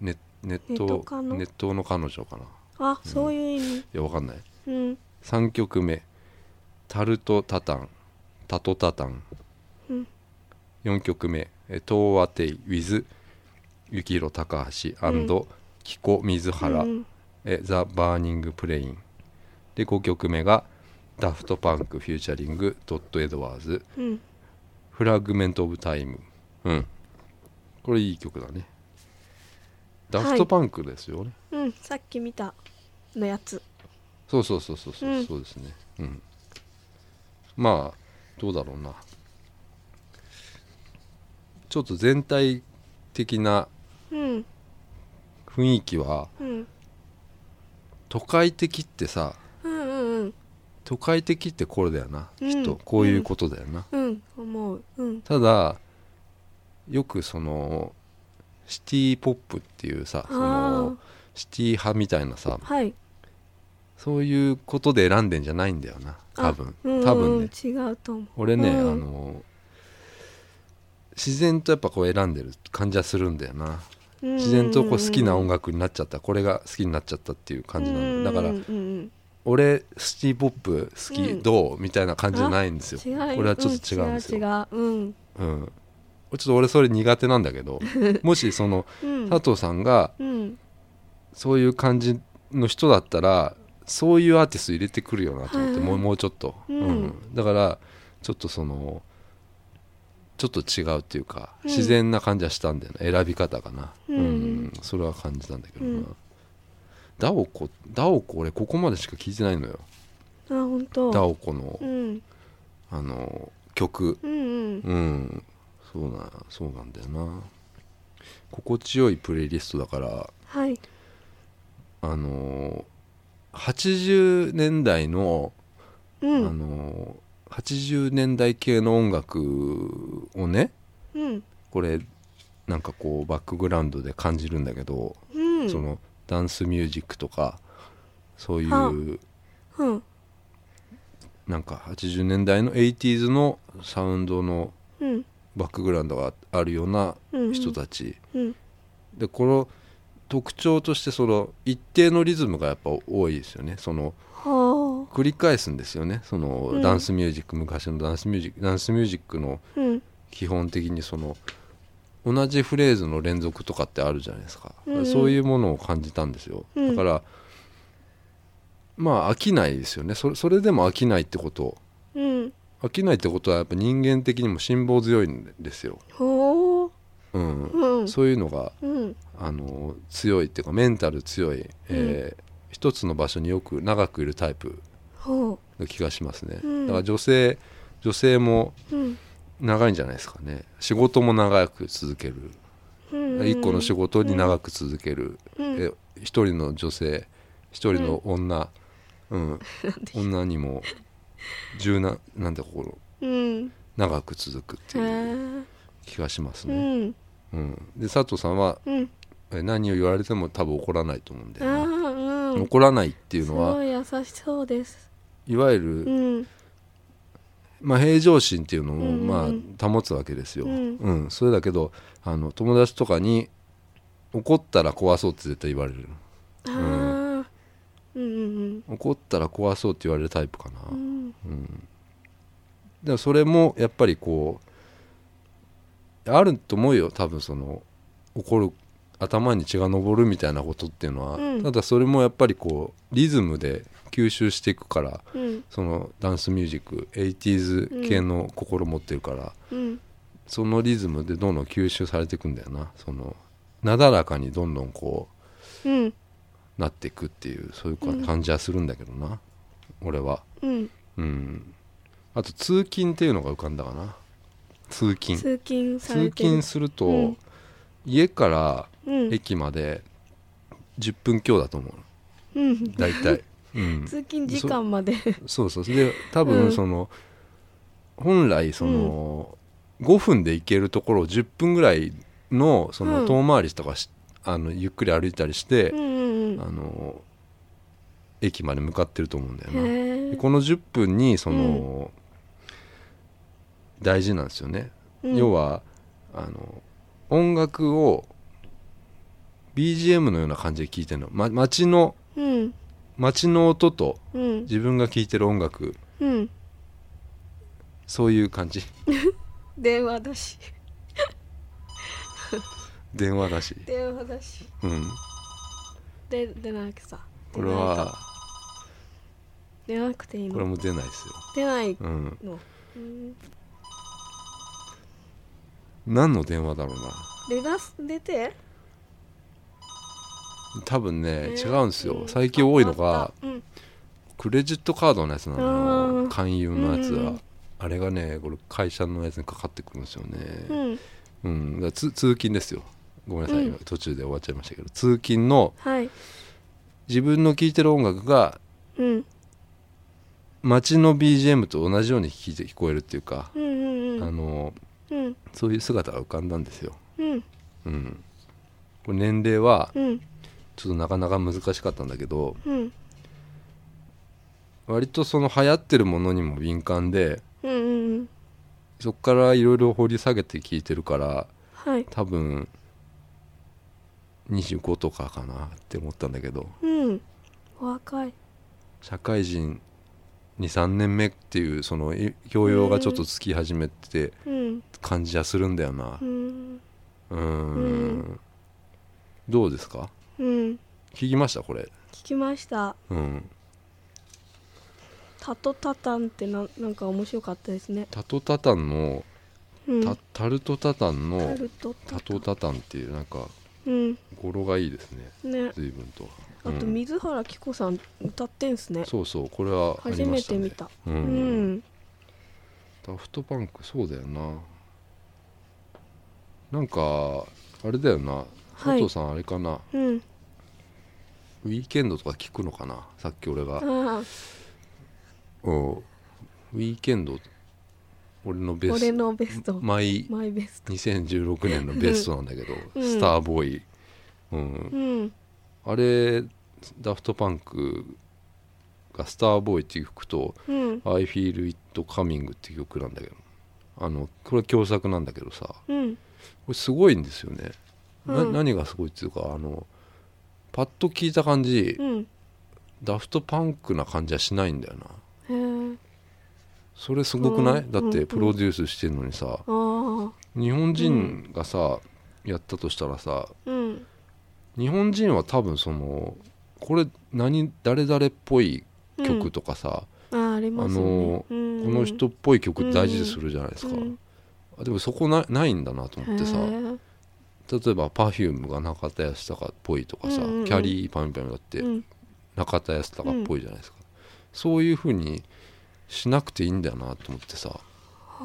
[SPEAKER 1] ネネッ
[SPEAKER 2] ネト
[SPEAKER 1] ト
[SPEAKER 2] カノ
[SPEAKER 1] ネットの彼女かない
[SPEAKER 2] あそういう意味
[SPEAKER 1] やわかんない
[SPEAKER 2] うん
[SPEAKER 1] 3曲目「タルトタタン」「タトタタン」
[SPEAKER 2] うん
[SPEAKER 1] 4曲目「えー東和テイ with 幸宏高橋紀子水原」
[SPEAKER 2] うん
[SPEAKER 1] えザ・バーニング・プレインで5曲目が「ダフトパンク・フューチャリング・ドット・エドワーズ」
[SPEAKER 2] うん
[SPEAKER 1] フラグメント・オブ・タイム。うん。これいい曲だね。ダフトパンクですよね。
[SPEAKER 2] うんさっき見たのやつ
[SPEAKER 1] そうそうそうそうそう、
[SPEAKER 2] うん
[SPEAKER 1] そうですね。うん。まあ、どうだろうな。ちょっと全体的な
[SPEAKER 2] うん
[SPEAKER 1] 雰囲気は、
[SPEAKER 2] うん
[SPEAKER 1] 都会的ってさ
[SPEAKER 2] うんうん
[SPEAKER 1] 都会的ってこれだよな、
[SPEAKER 2] うん
[SPEAKER 1] きっとこういうことだよな、
[SPEAKER 2] うんうん思ううん
[SPEAKER 1] ただよくそのシティポップっていうさ
[SPEAKER 2] あ
[SPEAKER 1] その
[SPEAKER 2] ー
[SPEAKER 1] シティ派みたいなさ
[SPEAKER 2] はい
[SPEAKER 1] そういうことで選んでんじゃないんだよな多分
[SPEAKER 2] うん
[SPEAKER 1] 多分
[SPEAKER 2] うん
[SPEAKER 1] ね
[SPEAKER 2] 違うと思う
[SPEAKER 1] 俺ね、
[SPEAKER 2] うん
[SPEAKER 1] あの自然とやっぱこう選んでる感じはするんだよな自然とこう好きな音
[SPEAKER 2] 楽
[SPEAKER 1] 楽になっちゃったこれが好きになっちゃったっていう感じなのだから
[SPEAKER 2] うんうん
[SPEAKER 1] 俺シティポップ好き、
[SPEAKER 2] うん
[SPEAKER 1] どうみたいな感じじゃないんですよ
[SPEAKER 2] 違う
[SPEAKER 1] 俺はちょっと違うんですよ、
[SPEAKER 2] うん、違う違う
[SPEAKER 1] うん、ちょっと俺それ苦手なんだけ
[SPEAKER 2] [LAUGHS]
[SPEAKER 1] どもしその
[SPEAKER 2] うんうん
[SPEAKER 1] 佐藤さんが
[SPEAKER 2] うん
[SPEAKER 1] そういう感じの人だったらそういうアーティスト入れてくるよなと思って、
[SPEAKER 2] はいはい
[SPEAKER 1] もうもうちょっと、
[SPEAKER 2] うん
[SPEAKER 1] だからちょっとそのちょっと違うっていうか、
[SPEAKER 2] うん
[SPEAKER 1] 自然な感じはしたんだよね選び方かな、
[SPEAKER 2] うん
[SPEAKER 1] それは感じたんだけどな、
[SPEAKER 2] うん
[SPEAKER 1] ダオコダオコ俺ここまでしか聞いてないのよ
[SPEAKER 2] あ本当
[SPEAKER 1] ダオコの、
[SPEAKER 2] うん
[SPEAKER 1] あの曲
[SPEAKER 2] うんうん
[SPEAKER 1] うんそうなそうなんだよな心地よいプレイリストだから
[SPEAKER 2] はい
[SPEAKER 1] あのー80年代の、
[SPEAKER 2] う
[SPEAKER 1] あ
[SPEAKER 2] ん
[SPEAKER 1] のー80年代系の音楽をね
[SPEAKER 2] うん
[SPEAKER 1] これなんかこうバックグラウンドで感じるんだけど、
[SPEAKER 2] うん
[SPEAKER 1] そのダンスミュージックとかそうい
[SPEAKER 2] は
[SPEAKER 1] う
[SPEAKER 2] うん
[SPEAKER 1] なんか80年代の 80s のサウンドの
[SPEAKER 2] うん
[SPEAKER 1] バックグラウンドがあるような人たち、
[SPEAKER 2] うん
[SPEAKER 1] でこの特徴としてその一定のリズムがやっぱ多いですよねその
[SPEAKER 2] は
[SPEAKER 1] 繰り返すんですよねその、
[SPEAKER 2] うん
[SPEAKER 1] ダンスミュージック昔のダンスミュージックダンスミュージックの
[SPEAKER 2] あうん
[SPEAKER 1] 基本的にその同じフレーズの連続とかってあるじゃないですか、
[SPEAKER 2] うんうん
[SPEAKER 1] そういうものを感じたんですよ、
[SPEAKER 2] うん
[SPEAKER 1] だからまあ飽きないですよねそれそれでも飽きないってこと
[SPEAKER 2] うん
[SPEAKER 1] 飽きないってことはやっぱ人間的にも辛抱強いんですよ、
[SPEAKER 2] ほう
[SPEAKER 1] うん
[SPEAKER 2] うん
[SPEAKER 1] そういうのが
[SPEAKER 2] うん
[SPEAKER 1] あの強いっていうかメンタル強い、えー一つの場所によく長くいるタイプ
[SPEAKER 2] ほ
[SPEAKER 1] の気がしますね、
[SPEAKER 2] うん
[SPEAKER 1] だから女性女性も
[SPEAKER 2] ううん
[SPEAKER 1] 長いんじゃないですかね仕事も長く続ける、
[SPEAKER 2] うん
[SPEAKER 1] 一個の仕事に長く続ける、
[SPEAKER 2] うん
[SPEAKER 1] え一人の女性一人の女、
[SPEAKER 2] [LAUGHS]
[SPEAKER 1] うん女にも柔軟なんてこう
[SPEAKER 2] うん
[SPEAKER 1] 長く続くって
[SPEAKER 2] へ
[SPEAKER 1] いう
[SPEAKER 2] え
[SPEAKER 1] 気がします
[SPEAKER 2] う
[SPEAKER 1] ね、
[SPEAKER 2] ん
[SPEAKER 1] うんで佐藤さんは
[SPEAKER 2] うん
[SPEAKER 1] え何を言われても多分怒らないと思うん
[SPEAKER 2] あ
[SPEAKER 1] だよね
[SPEAKER 2] ーうん
[SPEAKER 1] 怒らないっていう
[SPEAKER 2] す
[SPEAKER 1] のは
[SPEAKER 2] ごい優しそうです
[SPEAKER 1] いわゆ
[SPEAKER 2] う
[SPEAKER 1] る、
[SPEAKER 2] ん
[SPEAKER 1] まあ、平常心っていうのを、
[SPEAKER 2] うんうん
[SPEAKER 1] まあ、保つわけですよ、う
[SPEAKER 2] うんん
[SPEAKER 1] それだけどあの友達とかに怒ったら壊そうって絶対言われる
[SPEAKER 2] あーうんうん
[SPEAKER 1] 怒ったら壊そうって言われるタイプかな、
[SPEAKER 2] うんうん
[SPEAKER 1] でもそれもやっぱりこうあると思うよ多分その怒る頭に血が上るみたいなことっていうのは、
[SPEAKER 2] うん
[SPEAKER 1] ただそれもやっぱりこうリズムで吸収していくから
[SPEAKER 2] うん
[SPEAKER 1] そのダンスミュージック 80s 系の心持ってるから、
[SPEAKER 2] うん
[SPEAKER 1] そのリズムでどんどん吸収されていくんだよなそのなだらかにどんどんこ
[SPEAKER 2] うん
[SPEAKER 1] うなっていくっていうそういうか
[SPEAKER 2] うん
[SPEAKER 1] 感じはするんだけどな、俺は
[SPEAKER 2] うん
[SPEAKER 1] うんあと通勤っていうのが浮かんだかな通勤
[SPEAKER 2] 通勤さ
[SPEAKER 1] 通
[SPEAKER 2] れてる
[SPEAKER 1] 勤すると、
[SPEAKER 2] うん
[SPEAKER 1] 家から
[SPEAKER 2] うん
[SPEAKER 1] 駅まで10分強だと思う
[SPEAKER 2] うん
[SPEAKER 1] 大体、うん、
[SPEAKER 2] 通勤時間まで
[SPEAKER 1] そうそうで多
[SPEAKER 2] う
[SPEAKER 1] 分
[SPEAKER 2] ん
[SPEAKER 1] その、本来その、5分で行けるところを10分ぐらいのそうの
[SPEAKER 2] ん
[SPEAKER 1] 遠回りとかし、あのゆっくり歩いたりして
[SPEAKER 2] う、んうん
[SPEAKER 1] あの駅まで向かってると思うんだよ
[SPEAKER 2] うん
[SPEAKER 1] な
[SPEAKER 2] へ
[SPEAKER 1] で
[SPEAKER 2] え
[SPEAKER 1] この10分にその、大事なんですよね、要はあの音楽を BGM のような感じで聴いてるの、ま、街の
[SPEAKER 2] うん
[SPEAKER 1] 街の音と
[SPEAKER 2] うん
[SPEAKER 1] 自分が聴いてる音楽
[SPEAKER 2] うん
[SPEAKER 1] そういう感じ
[SPEAKER 2] 電話だし
[SPEAKER 1] 電話だし、
[SPEAKER 2] 電話だし
[SPEAKER 1] うん、
[SPEAKER 2] で出なくさ
[SPEAKER 1] これは
[SPEAKER 2] 出なくていい
[SPEAKER 1] これ
[SPEAKER 2] の
[SPEAKER 1] も出ないですよ、
[SPEAKER 2] 出ない
[SPEAKER 1] うん、
[SPEAKER 2] のうん
[SPEAKER 1] 何の電話だろうな
[SPEAKER 2] 出だす出て
[SPEAKER 1] 多分ね、
[SPEAKER 2] ね
[SPEAKER 1] 違うんですよ最近多いの
[SPEAKER 2] ああ
[SPEAKER 1] が
[SPEAKER 2] ったうん
[SPEAKER 1] クレジットカードのやつなの
[SPEAKER 2] あ
[SPEAKER 1] よ
[SPEAKER 2] ー
[SPEAKER 1] 勧誘のやつは、
[SPEAKER 2] うんうん
[SPEAKER 1] あれがねこれ会社のやつにかかってくるんですよね、
[SPEAKER 2] うん
[SPEAKER 1] うん、だからつ通勤ですよごめんなさい、
[SPEAKER 2] うん
[SPEAKER 1] 途中で終わっちゃいましたけど通勤の
[SPEAKER 2] はい
[SPEAKER 1] 自分の聴いてる音楽が
[SPEAKER 2] うん
[SPEAKER 1] 街の BGM と同じように聞いて聞こえるっていうか、
[SPEAKER 2] うんうんう
[SPEAKER 1] あ
[SPEAKER 2] ん
[SPEAKER 1] の
[SPEAKER 2] うん
[SPEAKER 1] そういう姿が浮かんだんですよ、
[SPEAKER 2] うん
[SPEAKER 1] うん、これ年齢は
[SPEAKER 2] うん
[SPEAKER 1] ちょっとなかなか難しかったんだけど
[SPEAKER 2] うん
[SPEAKER 1] 割とその流行ってるものにも敏感で
[SPEAKER 2] うんうん
[SPEAKER 1] そこからいろいろ掘り下げて聞いてるから
[SPEAKER 2] はい
[SPEAKER 1] 多分25とかかなって思ったんだけど
[SPEAKER 2] うんお若い
[SPEAKER 1] 社会人23年目っていうそのい教養がちょっとつき始めて
[SPEAKER 2] うん
[SPEAKER 1] 感じはするんだよな
[SPEAKER 2] うん
[SPEAKER 1] うーんどうですか
[SPEAKER 2] うん
[SPEAKER 1] 聞きましたこれ
[SPEAKER 2] 聞きました
[SPEAKER 1] うん
[SPEAKER 2] タトタタンってななんか面白かったですね
[SPEAKER 1] タトタタンの
[SPEAKER 2] うん
[SPEAKER 1] タタルトタタン
[SPEAKER 2] タ
[SPEAKER 1] の
[SPEAKER 2] ルトタ
[SPEAKER 1] タトタタンっていうなんか
[SPEAKER 2] うん
[SPEAKER 1] 語呂がいいですね
[SPEAKER 2] ね
[SPEAKER 1] 随分と
[SPEAKER 2] あと
[SPEAKER 1] うん
[SPEAKER 2] 水原希子さん歌ってんすね
[SPEAKER 1] そうそうこれはあ
[SPEAKER 2] 初
[SPEAKER 1] りま
[SPEAKER 2] め
[SPEAKER 1] した
[SPEAKER 2] て見
[SPEAKER 1] ね
[SPEAKER 2] た
[SPEAKER 1] う
[SPEAKER 2] うんん
[SPEAKER 1] ダフトパンクそうだよななんかあれだよな佐
[SPEAKER 2] はい
[SPEAKER 1] 藤さんあれかな
[SPEAKER 2] うん
[SPEAKER 1] ウィーケンドとか聞くのかなさっき俺が
[SPEAKER 2] ああ
[SPEAKER 1] うんウィーケンド俺のベ
[SPEAKER 2] 俺
[SPEAKER 1] スト
[SPEAKER 2] のベスト
[SPEAKER 1] マイ
[SPEAKER 2] マイベスト
[SPEAKER 1] 2016年のベストなんだけど、
[SPEAKER 2] うん
[SPEAKER 1] スターボーイ、うん
[SPEAKER 2] うん
[SPEAKER 1] あれダフトパンクが「スターボーイ」っていう曲と
[SPEAKER 2] う
[SPEAKER 1] 「
[SPEAKER 2] ん
[SPEAKER 1] I Feel It Coming」っていう曲なんだけどあのこれ共作なんだけどさ
[SPEAKER 2] うん
[SPEAKER 1] これすごいんですよね、な
[SPEAKER 2] うん
[SPEAKER 1] 何がすごいっていうかあのパッと聞いた感じ、
[SPEAKER 2] うん
[SPEAKER 1] ダフトパンクな感じはしないんだよな
[SPEAKER 2] へえ
[SPEAKER 1] それすごくない、
[SPEAKER 2] うん
[SPEAKER 1] だっ
[SPEAKER 2] うんう
[SPEAKER 1] て
[SPEAKER 2] ん
[SPEAKER 1] プロデュースしてるのにさ、
[SPEAKER 2] ああ
[SPEAKER 1] 日本人がさ、やったとしたらさ
[SPEAKER 2] うん
[SPEAKER 1] 日本人は多分そのこれ何誰々っぽい曲とかさ、
[SPEAKER 2] ああありますよ
[SPEAKER 1] あ
[SPEAKER 2] ね
[SPEAKER 1] の
[SPEAKER 2] うん
[SPEAKER 1] この人っぽい曲大事でするじゃないですか、
[SPEAKER 2] うん
[SPEAKER 1] あでもそこなないんだなと思ってさ
[SPEAKER 2] へえ
[SPEAKER 1] 例えば Perfume が中田康隆っぽいとかさ、
[SPEAKER 2] うんうんうん
[SPEAKER 1] キャリーパミュパミュだって
[SPEAKER 2] うん
[SPEAKER 1] 中田康隆っぽいじゃないですか、そういうふうにしなくていいんだよなと思ってさ、
[SPEAKER 2] あ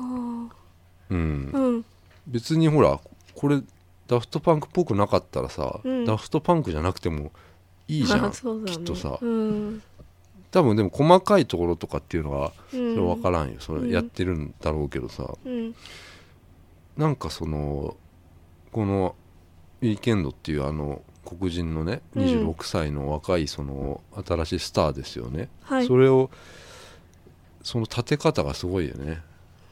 [SPEAKER 1] うん
[SPEAKER 2] あうん
[SPEAKER 1] 別にほらこれダフトパンクっぽくなかったらさ、
[SPEAKER 2] うん
[SPEAKER 1] ダフトパンクじゃなくてもいいじゃん
[SPEAKER 2] [LAUGHS] そうだね
[SPEAKER 1] きっとさ
[SPEAKER 2] うん
[SPEAKER 1] 多分でも細かいところとかっていうのはそ
[SPEAKER 2] そ
[SPEAKER 1] れ分からんよ、そ
[SPEAKER 2] うん
[SPEAKER 1] れやってるんだろうけどさ、
[SPEAKER 2] うん
[SPEAKER 1] なんかそのこのウィーケンドっていうあの黒人のね
[SPEAKER 2] うん
[SPEAKER 1] 26歳の若いその新しいスターですよね、
[SPEAKER 2] はい
[SPEAKER 1] それをその立て方がすごいよね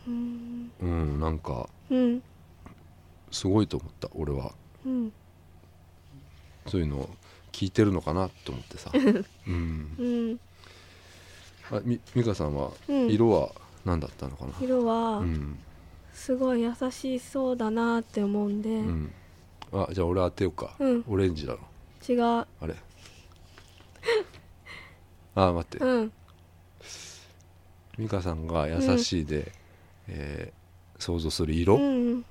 [SPEAKER 2] うん
[SPEAKER 1] うんなんか
[SPEAKER 2] うん
[SPEAKER 1] すごいと思った俺は
[SPEAKER 2] うん
[SPEAKER 1] そういうのを聞いてるのかなと思って
[SPEAKER 2] [LAUGHS]
[SPEAKER 1] さ、うん、
[SPEAKER 2] うん
[SPEAKER 1] あみ美香さんは
[SPEAKER 2] うん
[SPEAKER 1] 色は何だったのかな、
[SPEAKER 2] 色は
[SPEAKER 1] うん
[SPEAKER 2] すごい優しそうだなって思うんで、
[SPEAKER 1] うん、あじゃあ俺当てようか、
[SPEAKER 2] うん
[SPEAKER 1] オレンジだろ
[SPEAKER 2] 違う
[SPEAKER 1] あ
[SPEAKER 2] [LAUGHS]
[SPEAKER 1] れあ待って
[SPEAKER 2] うん
[SPEAKER 1] 美香さんが優しいで、えー想像する色、
[SPEAKER 2] うん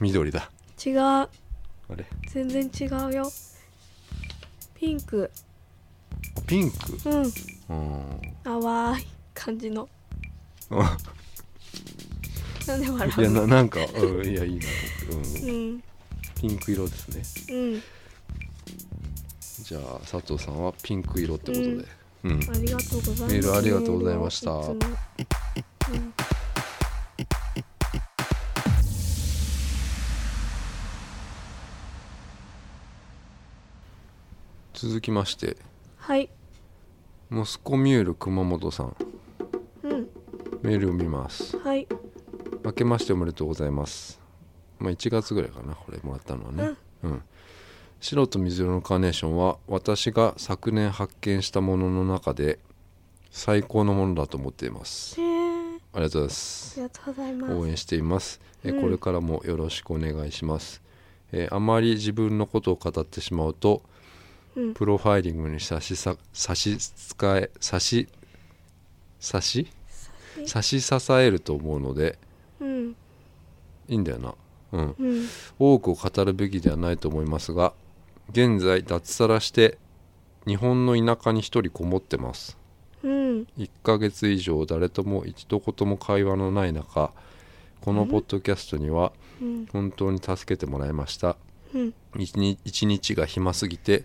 [SPEAKER 1] 緑だ
[SPEAKER 2] 違う
[SPEAKER 1] あれ
[SPEAKER 2] 全然違うよピンク
[SPEAKER 1] ピンク
[SPEAKER 2] うん
[SPEAKER 1] うーん [LAUGHS]
[SPEAKER 2] 淡い感じのなんで笑
[SPEAKER 1] いうや
[SPEAKER 2] の
[SPEAKER 1] ななんか、うん、いやいいな、うん
[SPEAKER 2] うん
[SPEAKER 1] ピンク色ですね
[SPEAKER 2] うん
[SPEAKER 1] じゃあ佐藤さんはピンク色ってことで、うん
[SPEAKER 2] ありがとうございます
[SPEAKER 1] メールありがとうございました
[SPEAKER 2] いつも
[SPEAKER 1] 続きまして
[SPEAKER 2] はい
[SPEAKER 1] モスコミュール熊本さん
[SPEAKER 2] うん
[SPEAKER 1] メールを見ます
[SPEAKER 2] はい
[SPEAKER 1] 明けましておめでとうございますまあ1月ぐらいかなこれもらったのはねうん、白と水色のカーネーションは私が昨年発見したものの中で最高のものだと思っています
[SPEAKER 2] へー
[SPEAKER 1] ありがとうございま
[SPEAKER 2] あ
[SPEAKER 1] す
[SPEAKER 2] りがとうございます
[SPEAKER 1] 応援しています、え
[SPEAKER 2] うん
[SPEAKER 1] これからもよろしくお願いします、えーあまり自分のことを語ってしまうと
[SPEAKER 2] うん
[SPEAKER 1] プロファイリングに差しさ差し支え差し差し差し支えると思うので
[SPEAKER 2] うん
[SPEAKER 1] いいんだよなうん
[SPEAKER 2] うん
[SPEAKER 1] 多くを語るべきではないと思いますが現在脱サラして日本の田舎に一人こもってます
[SPEAKER 2] うん
[SPEAKER 1] 1ヶ月以上誰とも一度言も会話のない中このポッドキャストには
[SPEAKER 2] うん
[SPEAKER 1] 本当に助けてもらいました
[SPEAKER 2] うん
[SPEAKER 1] 一日一日が暇すぎて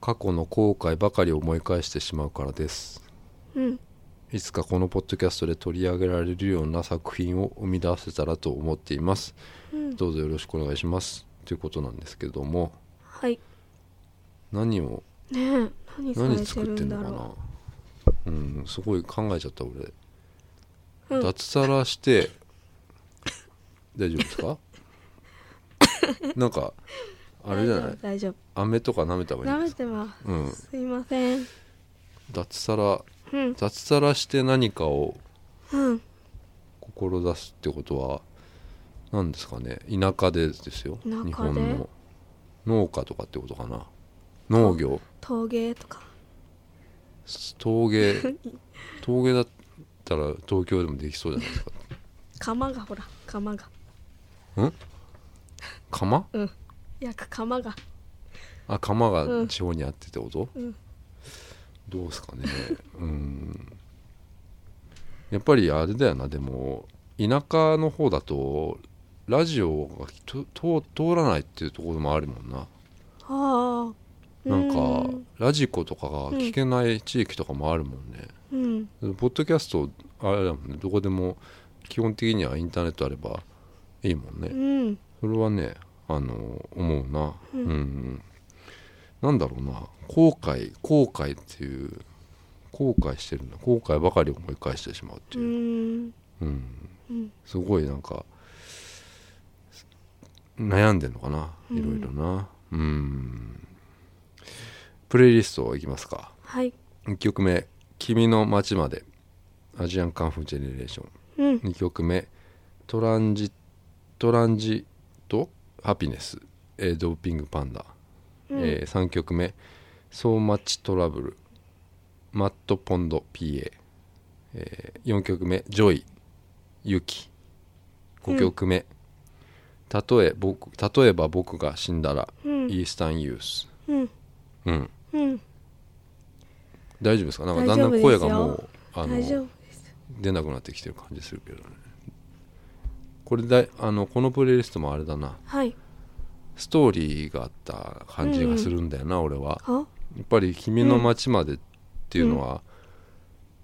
[SPEAKER 1] 過去の後悔ばかり思い返してしまうからです
[SPEAKER 2] うん
[SPEAKER 1] いつかこのポッドキャストで取り上げられるような作品を生み出せたらと思っています
[SPEAKER 2] うん
[SPEAKER 1] どうぞよろしくお願いしますということなんですけども
[SPEAKER 2] はい
[SPEAKER 1] 何を
[SPEAKER 2] ねえ何され
[SPEAKER 1] 何
[SPEAKER 2] て
[SPEAKER 1] 作
[SPEAKER 2] る
[SPEAKER 1] って
[SPEAKER 2] ん
[SPEAKER 1] ん
[SPEAKER 2] だ
[SPEAKER 1] のか
[SPEAKER 2] ろ
[SPEAKER 1] なうんすごい考えちゃった俺、
[SPEAKER 2] うん
[SPEAKER 1] 脱サラして大丈夫です
[SPEAKER 2] [LAUGHS]
[SPEAKER 1] かなんか
[SPEAKER 2] う
[SPEAKER 1] あれじゃない
[SPEAKER 2] 大丈夫
[SPEAKER 1] 飴とか舐めた方がいい
[SPEAKER 2] 舐
[SPEAKER 1] んで
[SPEAKER 2] め
[SPEAKER 1] す
[SPEAKER 2] てます
[SPEAKER 1] うん
[SPEAKER 2] すいません
[SPEAKER 1] 脱サラ
[SPEAKER 2] うん
[SPEAKER 1] 脱サラして何かを
[SPEAKER 2] うん
[SPEAKER 1] 志すってことは何ですかね田舎でですよ
[SPEAKER 2] 田舎で
[SPEAKER 1] 日本の農家とかってことかな農業
[SPEAKER 2] 陶芸とか
[SPEAKER 1] 陶芸陶芸だったら東京でもできそうじゃない
[SPEAKER 2] [LAUGHS]
[SPEAKER 1] ですか
[SPEAKER 2] 釜がほら釜が
[SPEAKER 1] 釜
[SPEAKER 2] うん焼く釜が
[SPEAKER 1] あ釜
[SPEAKER 2] う
[SPEAKER 1] が
[SPEAKER 2] ん
[SPEAKER 1] 地方にあってってこと、
[SPEAKER 2] うん
[SPEAKER 1] どうですかねうんやっぱりあれだよなでも田舎の方だとラジオがと通通らないっていうところもあるもんな
[SPEAKER 2] ああ
[SPEAKER 1] なん
[SPEAKER 2] う
[SPEAKER 1] かラジコとかが聞けない地域とかもあるもんね、
[SPEAKER 2] うん
[SPEAKER 1] ポッドキャストあれだもんねどこでも基本的にはインターネットあればいいもんね、
[SPEAKER 2] うん
[SPEAKER 1] それはねあの思うなう、
[SPEAKER 2] うんん
[SPEAKER 1] なんだろうな後悔後悔っていう後悔してるな後悔ばかり思い返してしまうって
[SPEAKER 2] う
[SPEAKER 1] いう、
[SPEAKER 2] ん
[SPEAKER 1] うん
[SPEAKER 2] うん
[SPEAKER 1] すごいなんか悩んでんのかな
[SPEAKER 2] うん
[SPEAKER 1] いろいろなうんプレイリストいきますか
[SPEAKER 2] はい
[SPEAKER 1] 1曲目「君の街まで」アジアンカンフージェネレーション
[SPEAKER 2] うん
[SPEAKER 1] 2曲目トランジトランジとハピネス、えードーピングパンダ、
[SPEAKER 2] うん
[SPEAKER 1] え3曲目ソーマッチトラブルマットポンド PA、え4曲目ジョイユキ5曲目、たとえ僕例えば僕が死んだら、
[SPEAKER 2] うん
[SPEAKER 1] イースタンユース、
[SPEAKER 2] うん
[SPEAKER 1] うん、
[SPEAKER 2] うん
[SPEAKER 1] 大丈夫ですかなんかだん
[SPEAKER 2] 大
[SPEAKER 1] だ
[SPEAKER 2] 丈夫
[SPEAKER 1] ん
[SPEAKER 2] です
[SPEAKER 1] 声
[SPEAKER 2] よ
[SPEAKER 1] がもうあ
[SPEAKER 2] 大丈
[SPEAKER 1] の
[SPEAKER 2] 夫です
[SPEAKER 1] 出なくなってきてる感じするけどねこれだいあのこのプレイリストもあれだな
[SPEAKER 2] はい
[SPEAKER 1] ストーリーがあった感じがするんだよな、俺は
[SPEAKER 2] あ
[SPEAKER 1] やっぱり「君の街まで」っていうのは、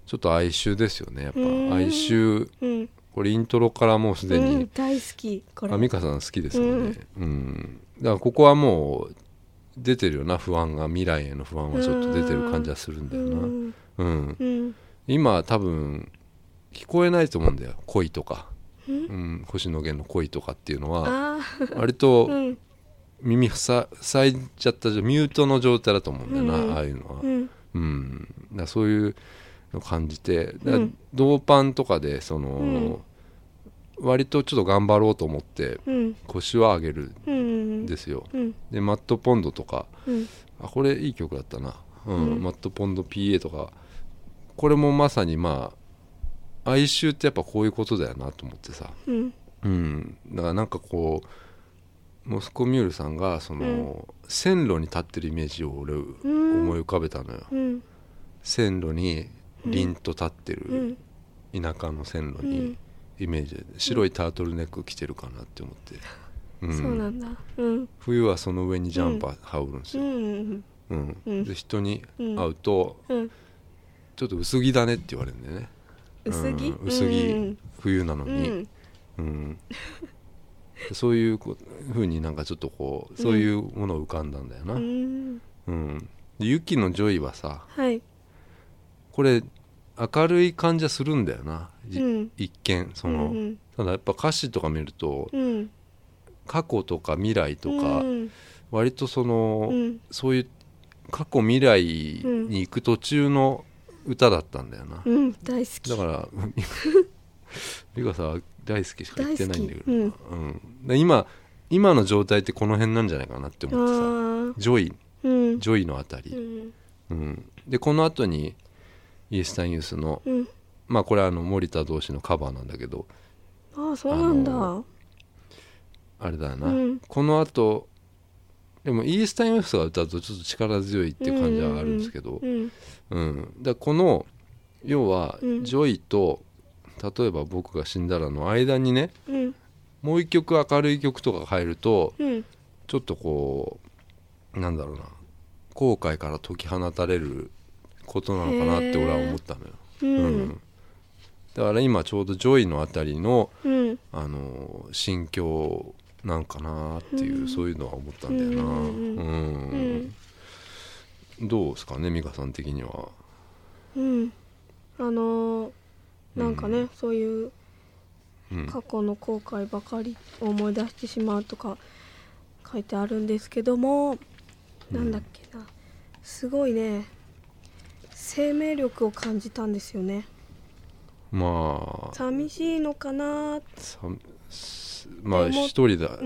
[SPEAKER 1] ちょっと哀愁ですよねやっぱ
[SPEAKER 2] う
[SPEAKER 1] 哀
[SPEAKER 2] ん
[SPEAKER 1] 愁
[SPEAKER 2] うん
[SPEAKER 1] これイントロからもうすで
[SPEAKER 2] う
[SPEAKER 1] に
[SPEAKER 2] ん、大好きこれ
[SPEAKER 1] あ美香さん好きですもんねうん、だからここはもう出てるよな不安が未来への不安はちょっと出てる感じはするんだ
[SPEAKER 2] う
[SPEAKER 1] よなうん、
[SPEAKER 2] んうん
[SPEAKER 1] 今多分聞こえないと思うんだよ恋とか、
[SPEAKER 2] うん
[SPEAKER 1] うん、星野源の恋とかっていうのは
[SPEAKER 2] あー
[SPEAKER 1] 割と
[SPEAKER 2] うん
[SPEAKER 1] 耳塞塞いじゃったじゃミュートの状態だと思うんだよな、
[SPEAKER 2] うんうん
[SPEAKER 1] ああいうのは、
[SPEAKER 2] うん
[SPEAKER 1] うん、だからそういうの感じてだから
[SPEAKER 2] うん
[SPEAKER 1] 銅パンとかでその、割とちょっと頑張ろうと思って
[SPEAKER 2] うん
[SPEAKER 1] 腰は上げる
[SPEAKER 2] うん
[SPEAKER 1] ん
[SPEAKER 2] ん
[SPEAKER 1] ですよ、
[SPEAKER 2] うん
[SPEAKER 1] でマット・ポンドとか
[SPEAKER 2] うん
[SPEAKER 1] あこれいい曲だったな、うん
[SPEAKER 2] うん
[SPEAKER 1] マット・ポンド PA とかこれもまさにまあ哀愁ってやっぱこういうことだよなと思ってさ、
[SPEAKER 2] うん
[SPEAKER 1] うん、だからなんかこうモスコミュールさんがその、線路に立ってるイメージを俺思い浮かべたのよ、
[SPEAKER 2] うん
[SPEAKER 1] 線路に凛と立って
[SPEAKER 2] う
[SPEAKER 1] る
[SPEAKER 2] ん
[SPEAKER 1] 田舎の線路
[SPEAKER 2] う
[SPEAKER 1] に
[SPEAKER 2] ん
[SPEAKER 1] イメージで白いタートルネック着てるかなって思って、う、
[SPEAKER 2] そうなんんだうん
[SPEAKER 1] 冬はその上にジャンパー羽織るんです
[SPEAKER 2] う
[SPEAKER 1] よ、
[SPEAKER 2] ん
[SPEAKER 1] うん
[SPEAKER 2] うん
[SPEAKER 1] で人に会うと
[SPEAKER 2] うん
[SPEAKER 1] ちょっと薄着だねって言われるんだよね
[SPEAKER 2] 薄着
[SPEAKER 1] うん薄着、
[SPEAKER 2] うん
[SPEAKER 1] 冬なの
[SPEAKER 2] う
[SPEAKER 1] に、
[SPEAKER 2] ん
[SPEAKER 1] うん、そういうこふうになんかちょっとこうそういうもの浮かんだんだよな、
[SPEAKER 2] う
[SPEAKER 1] うん
[SPEAKER 2] ん
[SPEAKER 1] でユキのジョイはさ
[SPEAKER 2] はい
[SPEAKER 1] これ明るい感じはするんだよな、い
[SPEAKER 2] うん
[SPEAKER 1] 一見その、
[SPEAKER 2] うん
[SPEAKER 1] ただやっぱ歌詞とか見ると
[SPEAKER 2] うん
[SPEAKER 1] 過去とか未来とか、
[SPEAKER 2] うん
[SPEAKER 1] 割とその、
[SPEAKER 2] うん
[SPEAKER 1] そういう過去未来に行く途中の歌だったんだよな、
[SPEAKER 2] うん大好き
[SPEAKER 1] だから [LAUGHS] 美香さんは大好きしか言ってないんだけど
[SPEAKER 2] 大好
[SPEAKER 1] うんで今今の状態ってこの辺なんじゃないかなって
[SPEAKER 2] あ
[SPEAKER 1] 思ってさ
[SPEAKER 2] ー
[SPEAKER 1] ジョイ
[SPEAKER 2] うん
[SPEAKER 1] ジョイのあたり、うんでこの後にイースタンユースの
[SPEAKER 2] うん
[SPEAKER 1] まあこれはあの森田同士のカバーなんだけど
[SPEAKER 2] ああそうなんだ
[SPEAKER 1] あのあれだよな、
[SPEAKER 2] うん
[SPEAKER 1] このあとでもイースタンユースが歌うとちょっと力強いっていう感じはあるんですけど、
[SPEAKER 2] うん
[SPEAKER 1] うん、だからこの要はジ
[SPEAKER 2] うん
[SPEAKER 1] ョイと、例えば僕が死んだらの間にね
[SPEAKER 2] うん
[SPEAKER 1] もう一曲明るい曲とか入ると
[SPEAKER 2] うん
[SPEAKER 1] ちょっとこうなんだろうな後悔から解き放たれることなのかなって俺は思ったのよ、
[SPEAKER 2] う
[SPEAKER 1] うん
[SPEAKER 2] ん
[SPEAKER 1] だから今ちょうどジョイのあたりの、
[SPEAKER 2] うん
[SPEAKER 1] あのー心境なんかなっていう、
[SPEAKER 2] うん
[SPEAKER 1] そういうのは思ったんだよなう
[SPEAKER 2] う
[SPEAKER 1] ん
[SPEAKER 2] うん
[SPEAKER 1] ん、どうですかね美香さん的には
[SPEAKER 2] うんあのーなんかね、
[SPEAKER 1] う
[SPEAKER 2] そういう
[SPEAKER 1] うん
[SPEAKER 2] 過去の後悔ばかりを思い出してしまうとか書いてあるんですけども、
[SPEAKER 1] うん
[SPEAKER 2] なんだっけなすごいね生命力を感じたんですよね
[SPEAKER 1] まあ
[SPEAKER 2] 寂しいのかな
[SPEAKER 1] さすまあ
[SPEAKER 2] でも
[SPEAKER 1] 一人だ
[SPEAKER 2] う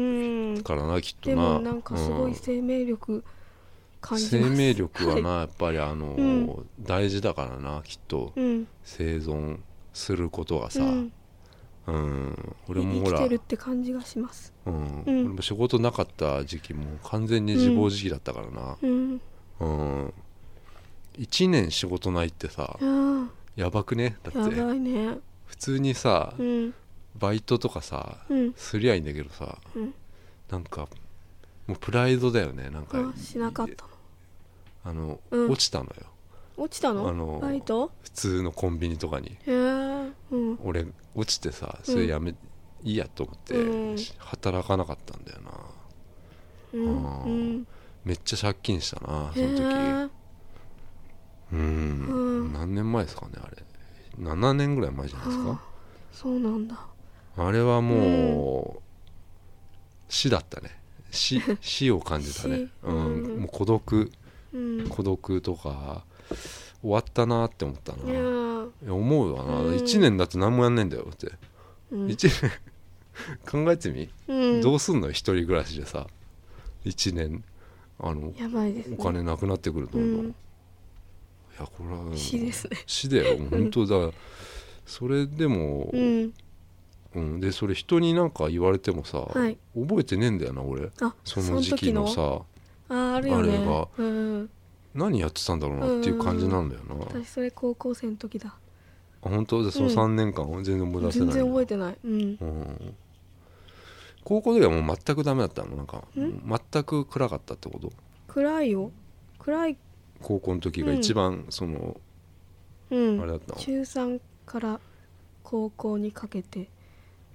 [SPEAKER 2] ん
[SPEAKER 1] からなきっと
[SPEAKER 2] で
[SPEAKER 1] な
[SPEAKER 2] もなんかすご
[SPEAKER 1] う
[SPEAKER 2] い生命力感じます、
[SPEAKER 1] 生命力はな、
[SPEAKER 2] い
[SPEAKER 1] やっぱりあのー、
[SPEAKER 2] う
[SPEAKER 1] 大事だからなきっと
[SPEAKER 2] [LAUGHS] うん
[SPEAKER 1] 生存することがさ、
[SPEAKER 2] うん、
[SPEAKER 1] うん、俺もほ
[SPEAKER 2] 生き
[SPEAKER 1] ら
[SPEAKER 2] てるって感じがします
[SPEAKER 1] うん
[SPEAKER 2] うん
[SPEAKER 1] 俺も仕事なかった時期も完全に自暴自棄だったからな、
[SPEAKER 2] うん
[SPEAKER 1] うん1年仕事ないってさ
[SPEAKER 2] あ
[SPEAKER 1] やばくねだ
[SPEAKER 2] あや
[SPEAKER 1] って
[SPEAKER 2] ばいね
[SPEAKER 1] 普通にさ、
[SPEAKER 2] うん
[SPEAKER 1] バイトとかさ
[SPEAKER 2] うん
[SPEAKER 1] すりゃいいんだけどさ
[SPEAKER 2] うん
[SPEAKER 1] なんかもうプライドだよねなんか
[SPEAKER 2] あしなかったの
[SPEAKER 1] あの、
[SPEAKER 2] うん
[SPEAKER 1] 落ちたのよ
[SPEAKER 2] 落ちたの
[SPEAKER 1] あのー
[SPEAKER 2] バイト
[SPEAKER 1] 普通のコンビニとかに
[SPEAKER 2] へえうん
[SPEAKER 1] 俺落ちてさそれやめ、いいやと思って、
[SPEAKER 2] うん
[SPEAKER 1] 働かなかったんだよな
[SPEAKER 2] うん
[SPEAKER 1] あー
[SPEAKER 2] うん
[SPEAKER 1] めっちゃ借金したなそ
[SPEAKER 2] へ
[SPEAKER 1] の時、
[SPEAKER 2] え
[SPEAKER 1] うん、
[SPEAKER 2] うん
[SPEAKER 1] 何年前ですかねあれ7年ぐらい前じゃないですか
[SPEAKER 2] はそうなんだ
[SPEAKER 1] あれはもう死だったね
[SPEAKER 2] [LAUGHS]
[SPEAKER 1] 死死を感じたね、
[SPEAKER 2] 死
[SPEAKER 1] うん
[SPEAKER 2] うん
[SPEAKER 1] もう孤独
[SPEAKER 2] うん
[SPEAKER 1] 孤独とか終わったなって思ったな、
[SPEAKER 2] いやー
[SPEAKER 1] いや思うわな、
[SPEAKER 2] うん
[SPEAKER 1] 1年だって何もやんないんだよだって、
[SPEAKER 2] うん
[SPEAKER 1] 一年 [LAUGHS] 考えてみ、
[SPEAKER 2] うん
[SPEAKER 1] どうすんの一人暮らしでさ1年あの
[SPEAKER 2] やばいですね
[SPEAKER 1] お金なくなってくると思う、
[SPEAKER 2] うん
[SPEAKER 1] いやこれは
[SPEAKER 2] 死ですね
[SPEAKER 1] 死だよ本当だからそれでも、
[SPEAKER 2] う
[SPEAKER 1] うん
[SPEAKER 2] ん
[SPEAKER 1] でそれ人になんか言われてもさ、
[SPEAKER 2] はい
[SPEAKER 1] 覚えてねえんだよな俺
[SPEAKER 2] あ
[SPEAKER 1] その時期の
[SPEAKER 2] その
[SPEAKER 1] さ
[SPEAKER 2] 時あーあるよね
[SPEAKER 1] あれが
[SPEAKER 2] うん
[SPEAKER 1] 何やってたんだろうなっていう感じなんだよな、あ
[SPEAKER 2] 私それ高校生の時だ
[SPEAKER 1] 本当でその
[SPEAKER 2] うん
[SPEAKER 1] 3年間を全然思い出せな
[SPEAKER 2] 全
[SPEAKER 1] い
[SPEAKER 2] 然覚えてないうん
[SPEAKER 1] うん、高校の時はもう全くダメだったのなんか
[SPEAKER 2] ん
[SPEAKER 1] 全く暗かったってこと
[SPEAKER 2] 暗いよ暗い
[SPEAKER 1] 高校の時が一番その、
[SPEAKER 2] うん
[SPEAKER 1] あれだったの
[SPEAKER 2] 中3から高校にかけて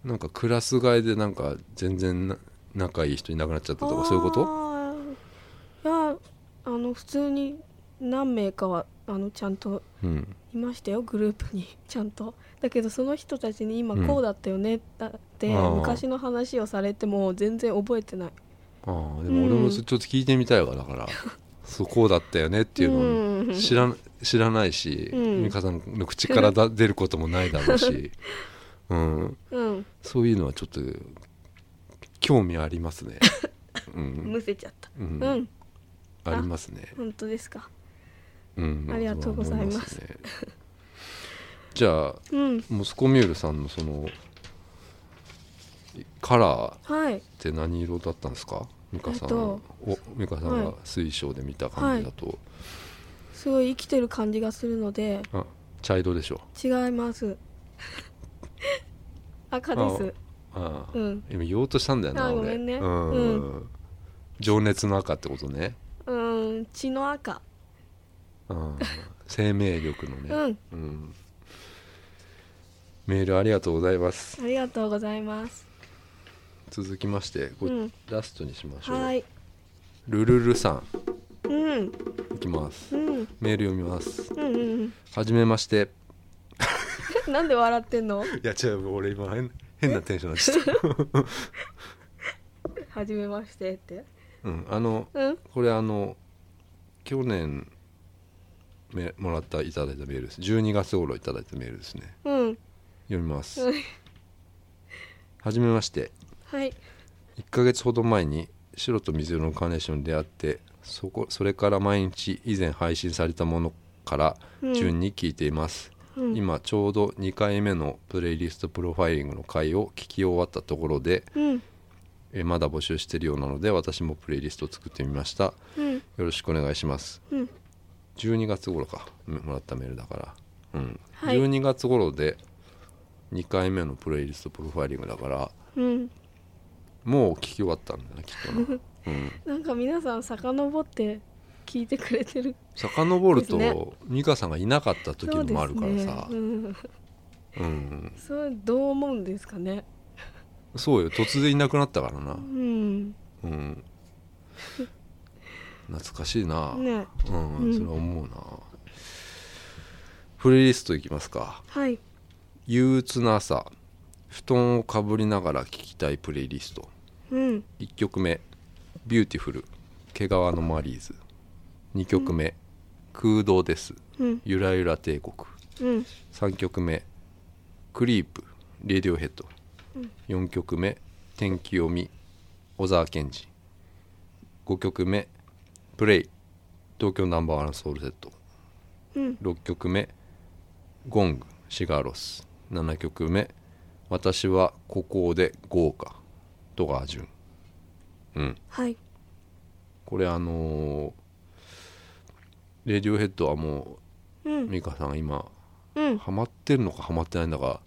[SPEAKER 1] なんかクラス替えでなんか全然な仲いい人いなくなっちゃったとかそういうこと
[SPEAKER 2] あーいやあの普通に何名かはあのちゃんと
[SPEAKER 1] うん
[SPEAKER 2] いましたよグループに [LAUGHS] ちゃんとだけどその人たちに今
[SPEAKER 1] うん
[SPEAKER 2] こうだったよねだって、
[SPEAKER 1] あー
[SPEAKER 2] 昔の話をされても全然覚えてない
[SPEAKER 1] ああでも俺もちょっと聞いてみたいわだから、そうこうだったよねっていうのを知ら,、知らないし、
[SPEAKER 2] うん
[SPEAKER 1] 美香さんの口からだ出ることもないだろう
[SPEAKER 2] [LAUGHS]
[SPEAKER 1] し、うん、
[SPEAKER 2] うん
[SPEAKER 1] そういうのはちょっと興味あります
[SPEAKER 2] [LAUGHS]
[SPEAKER 1] ね、うん
[SPEAKER 2] むせちゃった
[SPEAKER 1] う
[SPEAKER 2] うん、
[SPEAKER 1] ん、ありますね
[SPEAKER 2] 本当ですか
[SPEAKER 1] うん
[SPEAKER 2] ありがとうございます
[SPEAKER 1] そう思ねじゃあ
[SPEAKER 2] うん
[SPEAKER 1] モスコミュールさんのそのカラーっ
[SPEAKER 2] はい
[SPEAKER 1] て何色だったんですか美香さん、
[SPEAKER 2] えっと
[SPEAKER 1] お美香さん
[SPEAKER 2] はい
[SPEAKER 1] が水晶で見た感じだと、
[SPEAKER 2] すごい生きてる感じがするので
[SPEAKER 1] あ茶色でしょ
[SPEAKER 2] 違います [LAUGHS] 赤です
[SPEAKER 1] ああ、
[SPEAKER 2] うん
[SPEAKER 1] 今言おうとしたんだよな
[SPEAKER 2] あ
[SPEAKER 1] 俺
[SPEAKER 2] ごめんね
[SPEAKER 1] うん情熱の赤ってことね、
[SPEAKER 2] うん血の赤
[SPEAKER 1] うん、生命力の
[SPEAKER 2] う
[SPEAKER 1] ね、
[SPEAKER 2] ん
[SPEAKER 1] うん、メールありがとうございます
[SPEAKER 2] ありがとうございます
[SPEAKER 1] 続きましてこれ
[SPEAKER 2] うん
[SPEAKER 1] ラストにしましょう、
[SPEAKER 2] はい
[SPEAKER 1] ルルルさ
[SPEAKER 2] うん
[SPEAKER 1] んいきます
[SPEAKER 2] うん
[SPEAKER 1] メール読みます
[SPEAKER 2] うんうん
[SPEAKER 1] はじめまして
[SPEAKER 2] うん [LAUGHS] なんで笑ってんの
[SPEAKER 1] いや違う俺今変変なテンションになっちゃった、
[SPEAKER 2] はじめましてって
[SPEAKER 1] [LAUGHS] うん、あの
[SPEAKER 2] うん
[SPEAKER 1] これあの去年めもらったいただいたメールです12月頃いただいたメールですね
[SPEAKER 2] うん
[SPEAKER 1] 読みます
[SPEAKER 2] うん
[SPEAKER 1] はじめまして
[SPEAKER 2] はい
[SPEAKER 1] 1ヶ月ほど前に白と水色のカーネーションに出会ってそこそれから毎日以前配信されたものから
[SPEAKER 2] うん
[SPEAKER 1] 順に聞いています、
[SPEAKER 2] うん
[SPEAKER 1] 今ちょうど2回目のプレイリストプロファイリングの回を聞き終わったところで
[SPEAKER 2] うん
[SPEAKER 1] えまだ募集しているようなので私もプレイリストを作ってみましたよ
[SPEAKER 2] うん
[SPEAKER 1] ろしくお願いします
[SPEAKER 2] うん
[SPEAKER 1] 12月頃かうんもらったメールだから、うん
[SPEAKER 2] はい
[SPEAKER 1] 12月頃で2回目のプレイリストプロファイリングだから
[SPEAKER 2] うん [LAUGHS]
[SPEAKER 1] もう聞き終わったんだなきっとなうん
[SPEAKER 2] なんか皆さん遡って聞いてくれてる
[SPEAKER 1] 遡る
[SPEAKER 2] です
[SPEAKER 1] と美香さんがいなかった時
[SPEAKER 2] そうです
[SPEAKER 1] もあるから
[SPEAKER 2] ね
[SPEAKER 1] さ
[SPEAKER 2] うん、
[SPEAKER 1] うん
[SPEAKER 2] それどう思うんですかね
[SPEAKER 1] そうよ突然いなくなったからな
[SPEAKER 2] うん
[SPEAKER 1] うん懐かしいな、
[SPEAKER 2] ね
[SPEAKER 1] うん、
[SPEAKER 2] うん
[SPEAKER 1] それは思うなプレイリストいきますか
[SPEAKER 2] はい
[SPEAKER 1] 「憂鬱な朝」布団をかぶりながら聴きたいプレイリスト
[SPEAKER 2] うん
[SPEAKER 1] 1曲目「ビューティフル毛皮のマリーズ」2曲目「空洞です
[SPEAKER 2] うん
[SPEAKER 1] ゆらゆら帝国」
[SPEAKER 2] うん
[SPEAKER 1] 3曲目「クリープレディオヘッド」4曲目「天気読み」小沢健二5曲目「プレイ」東京ナンバーワンソウルセット
[SPEAKER 2] うん
[SPEAKER 1] 6曲目「ゴング」シガーロス7曲目「私はここで豪華」戸川淳うん
[SPEAKER 2] はい
[SPEAKER 1] これあのーレディオヘッドはも
[SPEAKER 2] う
[SPEAKER 1] うん美香さんが今
[SPEAKER 2] うん
[SPEAKER 1] ハマってるのかハマってないんだか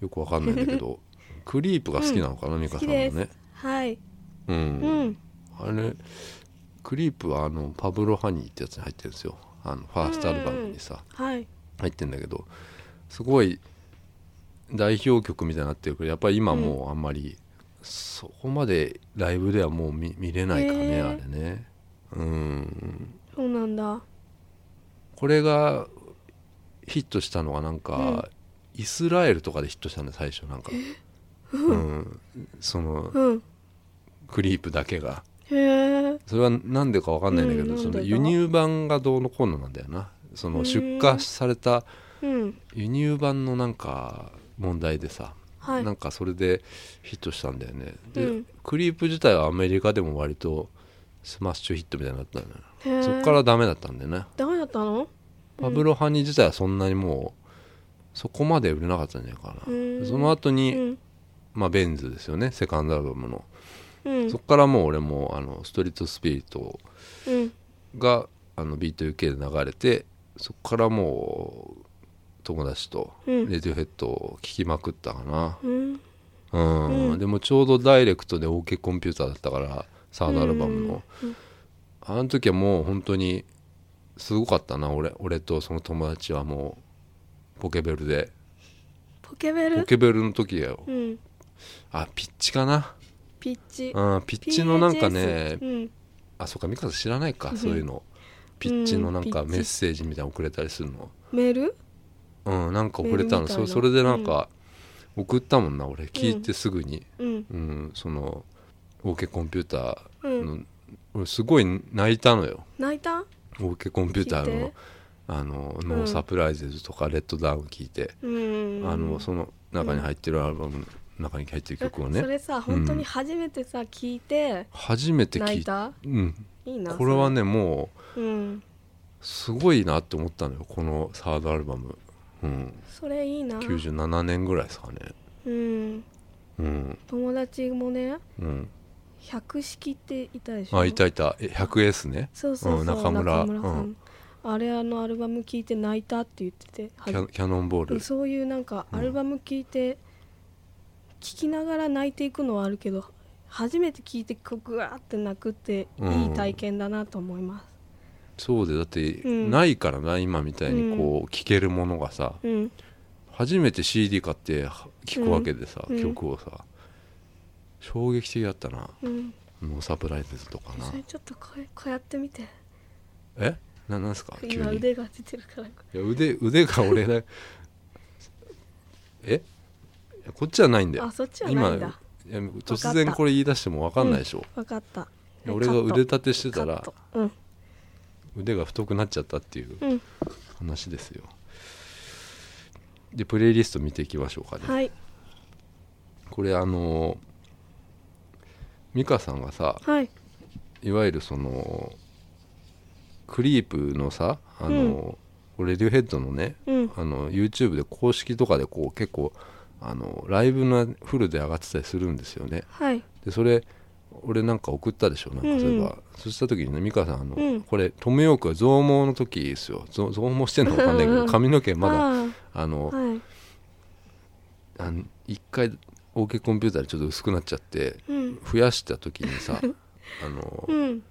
[SPEAKER 1] よくわかんないんだけ
[SPEAKER 2] [LAUGHS]
[SPEAKER 1] どクリープが好きなのかな、美香
[SPEAKER 2] 好
[SPEAKER 1] さ
[SPEAKER 2] き
[SPEAKER 1] んも
[SPEAKER 2] です
[SPEAKER 1] ね、
[SPEAKER 2] はい
[SPEAKER 1] うん
[SPEAKER 2] うん
[SPEAKER 1] あれクリープはあのパブロ・ハニーってやつに入ってるんですよあのファーストアルバムにさ
[SPEAKER 2] はい
[SPEAKER 1] 入ってんだけどすごい代表曲みたいになってるけどやっぱり今もうあんまり、そこまでライブではもう見見れないからね、
[SPEAKER 2] へー
[SPEAKER 1] あれねうん
[SPEAKER 2] そうなんだ
[SPEAKER 1] これがヒットしたのがなんか、イスラエルとかでヒットしたんだ最初なんか、うん、その
[SPEAKER 2] うん
[SPEAKER 1] クリープだけが
[SPEAKER 2] へえ
[SPEAKER 1] それはなんでかわかんないんだけど、
[SPEAKER 2] うん
[SPEAKER 1] そ
[SPEAKER 2] なんで
[SPEAKER 1] の
[SPEAKER 2] だ
[SPEAKER 1] 輸入版がどうのこうのなんだよなその出荷された
[SPEAKER 2] うん
[SPEAKER 1] 輸入版のなんか問題でさ、
[SPEAKER 2] はい
[SPEAKER 1] なんかそれでヒットしたんだよねで、
[SPEAKER 2] うん
[SPEAKER 1] クリープ自体はアメリカでも割とスマッシュヒットみたいになったんだよ、
[SPEAKER 2] へえ
[SPEAKER 1] そっからダメだったんだよね
[SPEAKER 2] ダメだったの
[SPEAKER 1] パブロ・ハニー自体はそんなにもうそこまで売れなかったんじゃないか
[SPEAKER 2] う
[SPEAKER 1] な
[SPEAKER 2] ーん
[SPEAKER 1] その後
[SPEAKER 2] う
[SPEAKER 1] に、
[SPEAKER 2] ん
[SPEAKER 1] まあ、ベンズですよねセカンドアルバムの、
[SPEAKER 2] うん
[SPEAKER 1] そこからもう俺もあのストリート・スピリット
[SPEAKER 2] うん
[SPEAKER 1] があの B2UK で流れてそこからもう友達と
[SPEAKER 2] うん
[SPEAKER 1] レディオヘッドを聴きまくったかな
[SPEAKER 2] うん
[SPEAKER 1] うん、
[SPEAKER 2] うん
[SPEAKER 1] でもちょうどダイレクトで OK コンピューターだったからサードアルバムの、あの時はもう本当にすごかったな俺俺とその友達はもうポケベルで
[SPEAKER 2] ポケベ
[SPEAKER 1] ポ
[SPEAKER 2] ル
[SPEAKER 1] ケベルの時だよ
[SPEAKER 2] うん
[SPEAKER 1] あピッチかな
[SPEAKER 2] ピッチ
[SPEAKER 1] うんピッチのなんかね
[SPEAKER 2] PHS うん
[SPEAKER 1] あそうか美香さん知らないか
[SPEAKER 2] ん
[SPEAKER 1] そういうのピッチのなんか
[SPEAKER 2] うんピッチ
[SPEAKER 1] メッセージみたいなのくれたりするの
[SPEAKER 2] メール
[SPEAKER 1] うんなんかくれたの
[SPEAKER 2] メールみたい
[SPEAKER 1] そ
[SPEAKER 2] な
[SPEAKER 1] それでなんか送ったもんな俺聞いてすぐに、
[SPEAKER 2] うん
[SPEAKER 1] うんその OK コンピューター
[SPEAKER 2] うん
[SPEAKER 1] の俺すごい泣いたのよ
[SPEAKER 2] 泣いた
[SPEAKER 1] OK コンピューター
[SPEAKER 2] 聞い
[SPEAKER 1] の
[SPEAKER 2] て
[SPEAKER 1] 「あの
[SPEAKER 2] ん
[SPEAKER 1] ノーサプライズズ」とか「レッドダウン」聞いて、
[SPEAKER 2] うん
[SPEAKER 1] あのその中に入ってるアルバムの中に入ってる曲を
[SPEAKER 2] そ
[SPEAKER 1] ね
[SPEAKER 2] れさ本当に初めてさ聞いて
[SPEAKER 1] 初めて聞
[SPEAKER 2] 泣
[SPEAKER 1] い
[SPEAKER 2] いた
[SPEAKER 1] うん、
[SPEAKER 2] いいな
[SPEAKER 1] これはねも
[SPEAKER 2] それうん
[SPEAKER 1] うすごいなって思ったのよこのサードアルバム、うん、
[SPEAKER 2] それいいな
[SPEAKER 1] 97年ぐらいですかね
[SPEAKER 2] うん
[SPEAKER 1] うん
[SPEAKER 2] 友達もね
[SPEAKER 1] うん
[SPEAKER 2] 百式っていたでしょ
[SPEAKER 1] あいたいたえ 100S ね
[SPEAKER 2] そうそうそううん
[SPEAKER 1] 中村
[SPEAKER 2] さん
[SPEAKER 1] うん
[SPEAKER 2] あれあのアルバム聞いて泣いたって言ってては
[SPEAKER 1] キ
[SPEAKER 2] じ
[SPEAKER 1] ャキャノンボール、
[SPEAKER 2] うんそういうなんか
[SPEAKER 1] うん
[SPEAKER 2] アルバム聞いて聞きながら泣いていくのはあるけど初めて聞いてこうグワーって泣くっていい体験だなと思います
[SPEAKER 1] そうでだって
[SPEAKER 2] うん
[SPEAKER 1] ないからな、今みたいにこう聴けるものがさ、
[SPEAKER 2] うん
[SPEAKER 1] 初めて CD 買って聴くわけでさ、
[SPEAKER 2] うん
[SPEAKER 1] 曲をさ衝撃的だったな
[SPEAKER 2] うん
[SPEAKER 1] ノーサプライズとかな
[SPEAKER 2] それちょっとこうこうやってみて
[SPEAKER 1] えななんすか急
[SPEAKER 2] 今
[SPEAKER 1] に
[SPEAKER 2] 腕が出てるから
[SPEAKER 1] いや腕腕が俺だえいやこっちはないんだよ
[SPEAKER 2] あそっちはないんだ
[SPEAKER 1] 今いや
[SPEAKER 2] た
[SPEAKER 1] 突然これ言い出しても分かんないでしょ、
[SPEAKER 2] わかった
[SPEAKER 1] いや俺が腕立てして
[SPEAKER 2] て
[SPEAKER 1] たら
[SPEAKER 2] うん
[SPEAKER 1] 腕が太くなっちゃったっていう
[SPEAKER 2] うん
[SPEAKER 1] 話ですよでプレイリスト見ていきましょうかね、
[SPEAKER 2] はい
[SPEAKER 1] これあのー美香さんがさ
[SPEAKER 2] はい
[SPEAKER 1] いわゆるそのクリープのさあのー、レディオヘッドのね
[SPEAKER 2] うん
[SPEAKER 1] あの YouTube で公式とかでこう結構あのライブのフルで上がってたりするんですよね
[SPEAKER 2] はい
[SPEAKER 1] でそれ俺なんか送ったでしょなんかそういえば、
[SPEAKER 2] うん
[SPEAKER 1] そうした時にね美香さんあの、
[SPEAKER 2] うん
[SPEAKER 1] これトム・ヨークは増毛の時ですよぞ増毛してんのか分かんないけど髪の毛まだ
[SPEAKER 2] あ
[SPEAKER 1] あの、
[SPEAKER 2] ーはい
[SPEAKER 1] あの一回 OK コンピューターでちょっと薄くなっちゃって
[SPEAKER 2] [LAUGHS] うん
[SPEAKER 1] 増やした時にさあの、
[SPEAKER 2] うん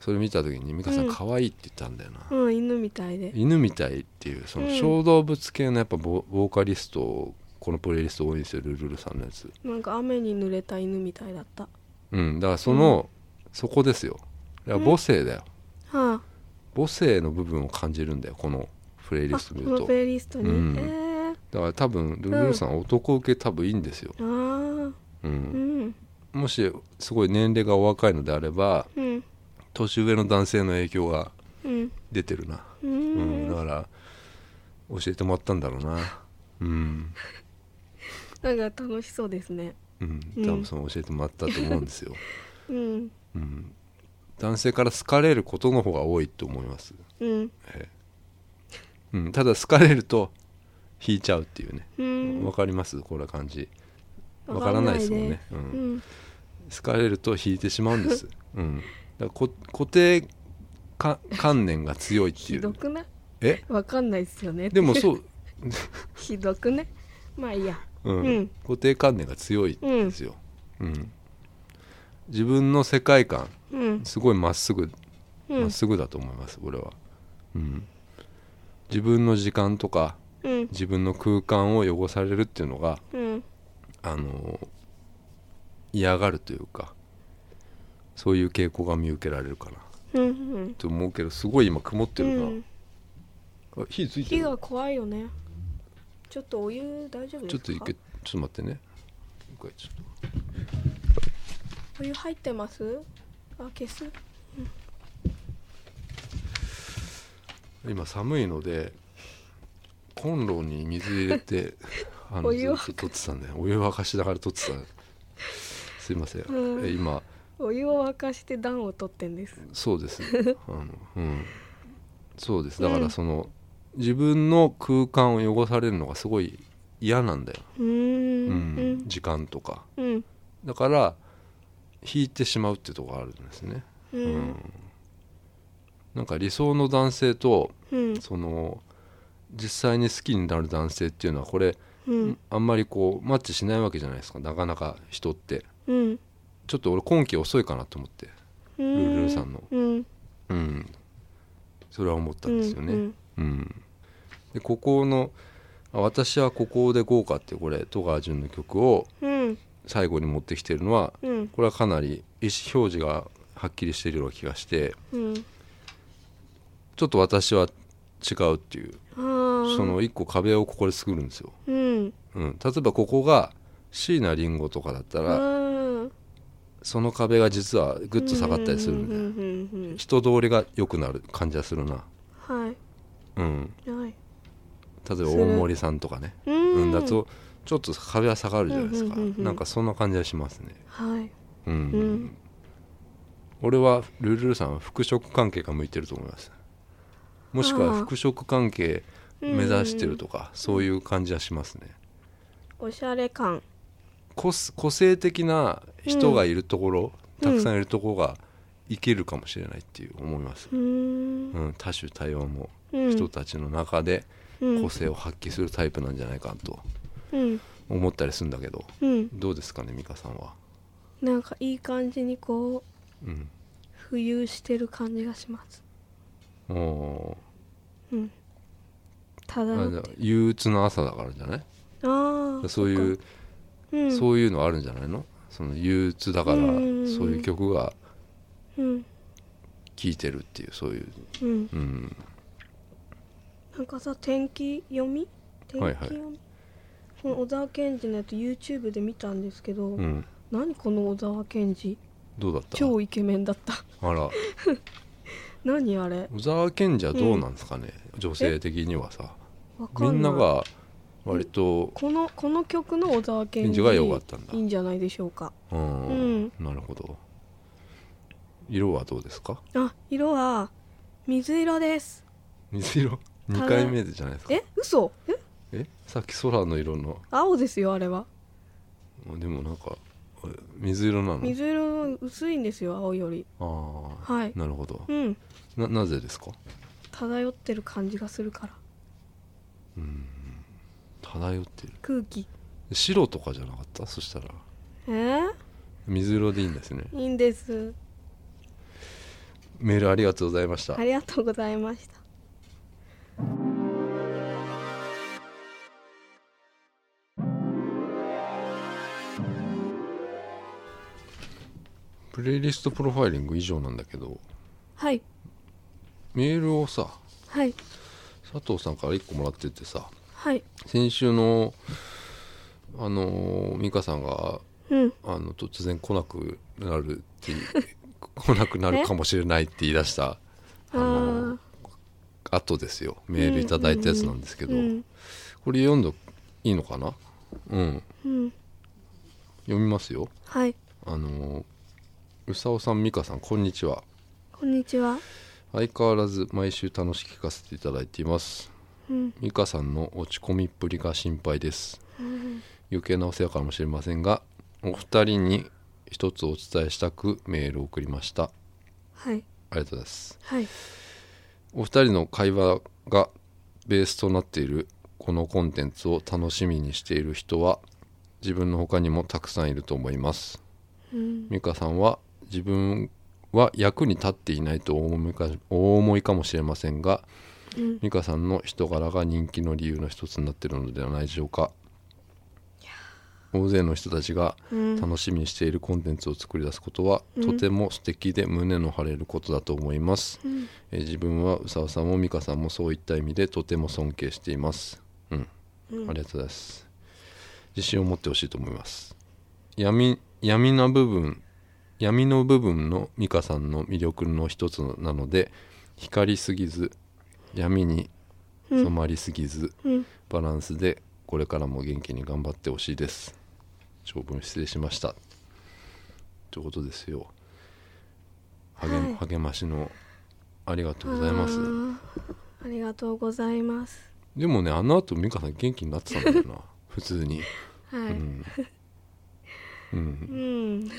[SPEAKER 1] それ見た時に美香さん
[SPEAKER 2] うん
[SPEAKER 1] 可愛いって言ったんだよな、
[SPEAKER 2] うん犬みたいで
[SPEAKER 1] 犬みたいっていうその
[SPEAKER 2] うん
[SPEAKER 1] 小動物系のやっぱボボーカリストをこのプレイリストを応援するルルルさんのやつ
[SPEAKER 2] なんか雨に濡れた犬みたいだった
[SPEAKER 1] うんだからその、そこですよだから母性だよ、
[SPEAKER 2] はあ
[SPEAKER 1] 母性の部分を感じるんだよこのプレイリ
[SPEAKER 2] あ
[SPEAKER 1] スト
[SPEAKER 2] こ
[SPEAKER 1] 見る
[SPEAKER 2] の
[SPEAKER 1] と
[SPEAKER 2] プレイリストに、
[SPEAKER 1] うん
[SPEAKER 2] えー、
[SPEAKER 1] だから多分ルルルさん、男受け多分いいんですよ、
[SPEAKER 2] あー
[SPEAKER 1] うん
[SPEAKER 2] うん
[SPEAKER 1] もしすごい年齢がお若いのであれば
[SPEAKER 2] うん
[SPEAKER 1] 年上の男性の影響が
[SPEAKER 2] うん
[SPEAKER 1] 出てるな、
[SPEAKER 2] う
[SPEAKER 1] うん
[SPEAKER 2] ん
[SPEAKER 1] だから教えてもらったんだろうなうん、
[SPEAKER 2] なんか楽しそうですね
[SPEAKER 1] うん、
[SPEAKER 2] うん
[SPEAKER 1] 多分その教えてもらったと思うんですよ、 [LAUGHS]
[SPEAKER 2] うん
[SPEAKER 1] うん、男性から好かれることの方が多いと思います、
[SPEAKER 2] うん
[SPEAKER 1] うん、ただ好かれると引いちゃうっていうね
[SPEAKER 2] うん
[SPEAKER 1] わかりますこんな感じわからないですもんね、う
[SPEAKER 2] わか
[SPEAKER 1] ん
[SPEAKER 2] んないでうん
[SPEAKER 1] 好かれると引いてしまうん
[SPEAKER 2] [LAUGHS]
[SPEAKER 1] です、うん、だからこ固定か観念が強いってい
[SPEAKER 2] ひ
[SPEAKER 1] う
[SPEAKER 2] どくない
[SPEAKER 1] え
[SPEAKER 2] わかんないですよね
[SPEAKER 1] でもそう
[SPEAKER 2] [LAUGHS] ひどくねまあいいや
[SPEAKER 1] うん
[SPEAKER 2] うん
[SPEAKER 1] 固定観念が強いんですよ、うん自分の世界観
[SPEAKER 2] うん
[SPEAKER 1] すごいまっすぐ
[SPEAKER 2] う
[SPEAKER 1] まっ
[SPEAKER 2] ん
[SPEAKER 1] すぐだと思います、俺は、うん、自分の時間とか
[SPEAKER 2] うん
[SPEAKER 1] 自分の空間を汚されるっていうのが、
[SPEAKER 2] うん
[SPEAKER 1] あのー嫌がるというかそういう傾向が見受けられるかな
[SPEAKER 2] うんうん
[SPEAKER 1] と思うけどすごい今曇ってるな、
[SPEAKER 2] うん
[SPEAKER 1] あ火ついて
[SPEAKER 2] 火
[SPEAKER 1] る
[SPEAKER 2] が怖いよねちょっとお湯大丈夫ですか
[SPEAKER 1] ちょっと一回ちょっと待ってね一回ちょっと
[SPEAKER 2] お湯入ってますあ消す
[SPEAKER 1] 今寒いのでコンロに水入れ
[SPEAKER 2] [LAUGHS]
[SPEAKER 1] てあの
[SPEAKER 2] お湯を
[SPEAKER 1] ずっと取ってたんだよお湯沸かしながら取ってたすいません、
[SPEAKER 2] うん
[SPEAKER 1] え今
[SPEAKER 2] お湯を沸かして暖を取ってんです
[SPEAKER 1] そうですあの、うん、そうですだか
[SPEAKER 2] う
[SPEAKER 1] ら
[SPEAKER 2] ん
[SPEAKER 1] その、自分の空間を汚されるのがすごい嫌なんだよ、
[SPEAKER 2] うーん
[SPEAKER 1] うん時間とか
[SPEAKER 2] うんうん
[SPEAKER 1] だから引いてしまうってとこがあるんですね、
[SPEAKER 2] う
[SPEAKER 1] うんなんか理想の男性と
[SPEAKER 2] うん
[SPEAKER 1] その実際に好きになる男性っていうのはこれ、
[SPEAKER 2] うん
[SPEAKER 1] あんまりこうマッチしないわけじゃないですかなかなか人って
[SPEAKER 2] うん
[SPEAKER 1] ちょっと俺今期遅いかなと思ってルルルさんの
[SPEAKER 2] うん
[SPEAKER 1] うんそれは思ったんですよね、
[SPEAKER 2] うん
[SPEAKER 1] うん、でここの「あ私はここで豪華」ってこれ戸川潤の曲を
[SPEAKER 2] うん
[SPEAKER 1] 最後に持ってきてるのは
[SPEAKER 2] うん
[SPEAKER 1] これはかなり意思表示がはっきりしているような気がして
[SPEAKER 2] うん
[SPEAKER 1] ちょっと私は違うっていう
[SPEAKER 2] あー
[SPEAKER 1] その一個壁をここで作るんですよ、
[SPEAKER 2] うん
[SPEAKER 1] うん、例えばここが椎名林檎とかだった
[SPEAKER 2] あ
[SPEAKER 1] ら
[SPEAKER 2] ー
[SPEAKER 1] その壁が実はぐっと下がったりするん
[SPEAKER 2] うんう
[SPEAKER 1] で
[SPEAKER 2] んうんうん
[SPEAKER 1] 人通りが良くなる感じがするな、
[SPEAKER 2] はい
[SPEAKER 1] うん、
[SPEAKER 2] は
[SPEAKER 1] 例
[SPEAKER 2] い
[SPEAKER 1] えば
[SPEAKER 2] する
[SPEAKER 1] 大森さんとかね
[SPEAKER 2] う
[SPEAKER 1] うん、
[SPEAKER 2] ん
[SPEAKER 1] だとちょっと壁は下がるじゃないですか、
[SPEAKER 2] うんうんうんうん
[SPEAKER 1] なんかそんな感じがしますね
[SPEAKER 2] はい
[SPEAKER 1] うん、
[SPEAKER 2] うん
[SPEAKER 1] 俺はルルルさんは服飾関係が向いてると思いますもしくは
[SPEAKER 2] ああ
[SPEAKER 1] 服飾関係目指してるとか、そういう感じはしますね
[SPEAKER 2] おしゃれ感
[SPEAKER 1] 個す個性的な人がいるところ、
[SPEAKER 2] うん
[SPEAKER 1] たくさんいるところが生きるかもしれないっていう思います、
[SPEAKER 2] うーん
[SPEAKER 1] うん、多種多様の
[SPEAKER 2] うん
[SPEAKER 1] 人たちの中で
[SPEAKER 2] うん
[SPEAKER 1] 個性を発揮するタイプなんじゃないかと
[SPEAKER 2] うん
[SPEAKER 1] 思ったりするんだけど
[SPEAKER 2] うん
[SPEAKER 1] どうですかね美香さんは、
[SPEAKER 2] なんかいい感じにこう
[SPEAKER 1] うん、
[SPEAKER 2] 浮遊してる感じがします
[SPEAKER 1] お
[SPEAKER 2] うんただ
[SPEAKER 1] ーあじゃあ憂鬱な朝だからじゃない
[SPEAKER 2] ああ
[SPEAKER 1] そういう、
[SPEAKER 2] うん、
[SPEAKER 1] そういうのあるんじゃないのその憂鬱だから
[SPEAKER 2] う
[SPEAKER 1] そうん
[SPEAKER 2] うんうん
[SPEAKER 1] いう曲が
[SPEAKER 2] うん
[SPEAKER 1] 聴いてるっていうそういう
[SPEAKER 2] うん
[SPEAKER 1] うん
[SPEAKER 2] なんかさ天気読み天気読み、
[SPEAKER 1] はいはい
[SPEAKER 2] この小沢健二のやつ YouTube で見たんですけど、
[SPEAKER 1] うん
[SPEAKER 2] 何この小沢健二
[SPEAKER 1] どうだった
[SPEAKER 2] 超イケメンだった [LAUGHS]
[SPEAKER 1] あら
[SPEAKER 2] 何あれ
[SPEAKER 1] 小沢賢治はどうなんですかね、女性的にはさ
[SPEAKER 2] わかん
[SPEAKER 1] み
[SPEAKER 2] ない
[SPEAKER 1] んなが割と
[SPEAKER 2] このこの曲の小沢健
[SPEAKER 1] 賢
[SPEAKER 2] 二
[SPEAKER 1] 治が良かったんだ
[SPEAKER 2] いいんじゃないでしょうか
[SPEAKER 1] うん、なるほど色はどうですか
[SPEAKER 2] あ色は水色です
[SPEAKER 1] 水色2回目でじゃないですか
[SPEAKER 2] え嘘え
[SPEAKER 1] えさっき空の色の
[SPEAKER 2] 青ですよあれは
[SPEAKER 1] でもなんかえ水色なの
[SPEAKER 2] 水色の薄いんですよ青より
[SPEAKER 1] ああ、
[SPEAKER 2] はい
[SPEAKER 1] なるほど
[SPEAKER 2] うん
[SPEAKER 1] ななぜですか
[SPEAKER 2] 漂ってる感じがするから
[SPEAKER 1] 漂ってる
[SPEAKER 2] 空気
[SPEAKER 1] 白とかじゃなかったそしたら
[SPEAKER 2] えー、
[SPEAKER 1] 水色でいいんですね
[SPEAKER 2] いいんです
[SPEAKER 1] メールありがとうございました
[SPEAKER 2] ありがとうございました
[SPEAKER 1] プレイリストプロファイリング以上なんだけど
[SPEAKER 2] はい
[SPEAKER 1] メールをさ
[SPEAKER 2] はい
[SPEAKER 1] 佐藤さんから1個もらっててさ
[SPEAKER 2] はい
[SPEAKER 1] 先週のあのー美香さんが
[SPEAKER 2] うん
[SPEAKER 1] あの突然来なくなるっていう [LAUGHS] 来なくなるかもしれないって言い出した
[SPEAKER 2] あ
[SPEAKER 1] あの
[SPEAKER 2] ー
[SPEAKER 1] 後ですよメールいただいたやつなんですけど、
[SPEAKER 2] うん
[SPEAKER 1] これ読んどいいのかなうん
[SPEAKER 2] うん
[SPEAKER 1] 読みますよ
[SPEAKER 2] はい
[SPEAKER 1] あのうさおさん美香さんこんにちは
[SPEAKER 2] こんにちは
[SPEAKER 1] 相変わらず毎週楽しく聞かせていただいています
[SPEAKER 2] うん
[SPEAKER 1] 美香さんの落ち込みっぷりが心配です余計なお世話かもしれませんがお二人に一つお伝えしたくメールを送りましたあ
[SPEAKER 2] はい
[SPEAKER 1] りがとうございます
[SPEAKER 2] はい
[SPEAKER 1] お二人の会話がベースとなっているこのコンテンツを楽しみにしている人は自分の他にもたくさんいると思います
[SPEAKER 2] うん
[SPEAKER 1] 美香さんは自分は役に立っていないとお思いかお思いかもしれませんが
[SPEAKER 2] うん
[SPEAKER 1] 美香さんの人柄が人気の理由の一つになっているのではないでしょうか大勢の人たちが
[SPEAKER 2] うん
[SPEAKER 1] 楽しみにしているコンテンツを作り出すことは、とても素敵で胸の張れることだと思います、えー自分は宇佐尾さんも美香さんもそういった意味でとても尊敬していますうん、ありがとうございます自信を持ってほしいと思います闇闇な部分闇の部分の美香さんの魅力の一つなので光りすぎず闇に染まりすぎず、
[SPEAKER 2] うん
[SPEAKER 1] バランスでこれからも元気に頑張ってほしいです長文失礼しましたということですよ励,、
[SPEAKER 2] はい
[SPEAKER 1] 励ましのありがとうございます
[SPEAKER 2] あーありがとうございます
[SPEAKER 1] でもねあの後美香さん元気になってたんだよな [LAUGHS] 普通に
[SPEAKER 2] は
[SPEAKER 1] う
[SPEAKER 2] い
[SPEAKER 1] ん、
[SPEAKER 2] [LAUGHS]
[SPEAKER 1] うん、
[SPEAKER 2] うん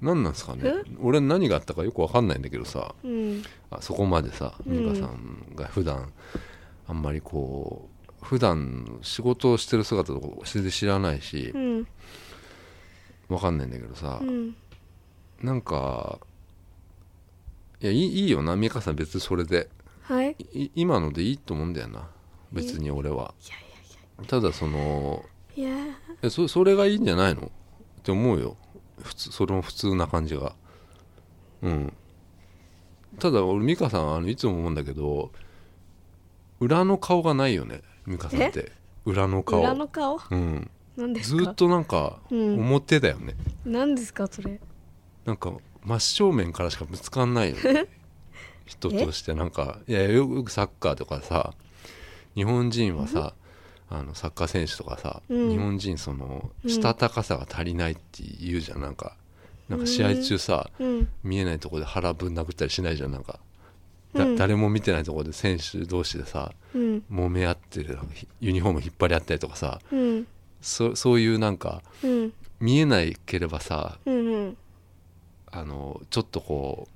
[SPEAKER 1] 何なんすかね
[SPEAKER 2] え
[SPEAKER 1] 俺何があったかよくわかんないんだけどさ
[SPEAKER 2] うん
[SPEAKER 1] あそこまでさ
[SPEAKER 2] うん
[SPEAKER 1] 美香さんが普段あんまりこう普段仕事をしてる姿とか全然知らないし
[SPEAKER 2] うん
[SPEAKER 1] わかんないんだけどさ、
[SPEAKER 2] うん
[SPEAKER 1] なんかいやいいいいよな美香さん別にそれで
[SPEAKER 2] はいい
[SPEAKER 1] い今のでいいと思うんだよな別に俺は
[SPEAKER 2] や
[SPEAKER 1] ただその
[SPEAKER 2] いやいやいや
[SPEAKER 1] えそそれがいいんじゃないのって思うよ普通その普通な感じがうんただ俺美香さんあのいつも思うんだけど裏の顔がないよね美香さんって裏の顔
[SPEAKER 2] 裏の顔
[SPEAKER 1] うん、
[SPEAKER 2] なんです
[SPEAKER 1] ず
[SPEAKER 2] か
[SPEAKER 1] ーっとなんか
[SPEAKER 2] うん
[SPEAKER 1] 表だよね、
[SPEAKER 2] なんですかそれ
[SPEAKER 1] なんか真正面からしかぶつかんないよ
[SPEAKER 2] [LAUGHS]
[SPEAKER 1] ね人としてなんかいやよくサッカーとかさ日本人はさあのサッカー選手とかさ、
[SPEAKER 2] うん
[SPEAKER 1] 日本人その
[SPEAKER 2] うん
[SPEAKER 1] したたかさが足りないって言うじゃんなんかなんか試合中さ、
[SPEAKER 2] うん
[SPEAKER 1] 見えないとこで腹ぶん殴ったりしないじゃんなんか、だ
[SPEAKER 2] うん
[SPEAKER 1] 誰も見てないとこで選手同士でさ
[SPEAKER 2] うん
[SPEAKER 1] 揉め合ってるなんかひユニフォーム引っ張り合ったりとかさ
[SPEAKER 2] うん
[SPEAKER 1] そそういうなんか
[SPEAKER 2] うん
[SPEAKER 1] 見えないければさ
[SPEAKER 2] うんうん
[SPEAKER 1] あのちょっとこ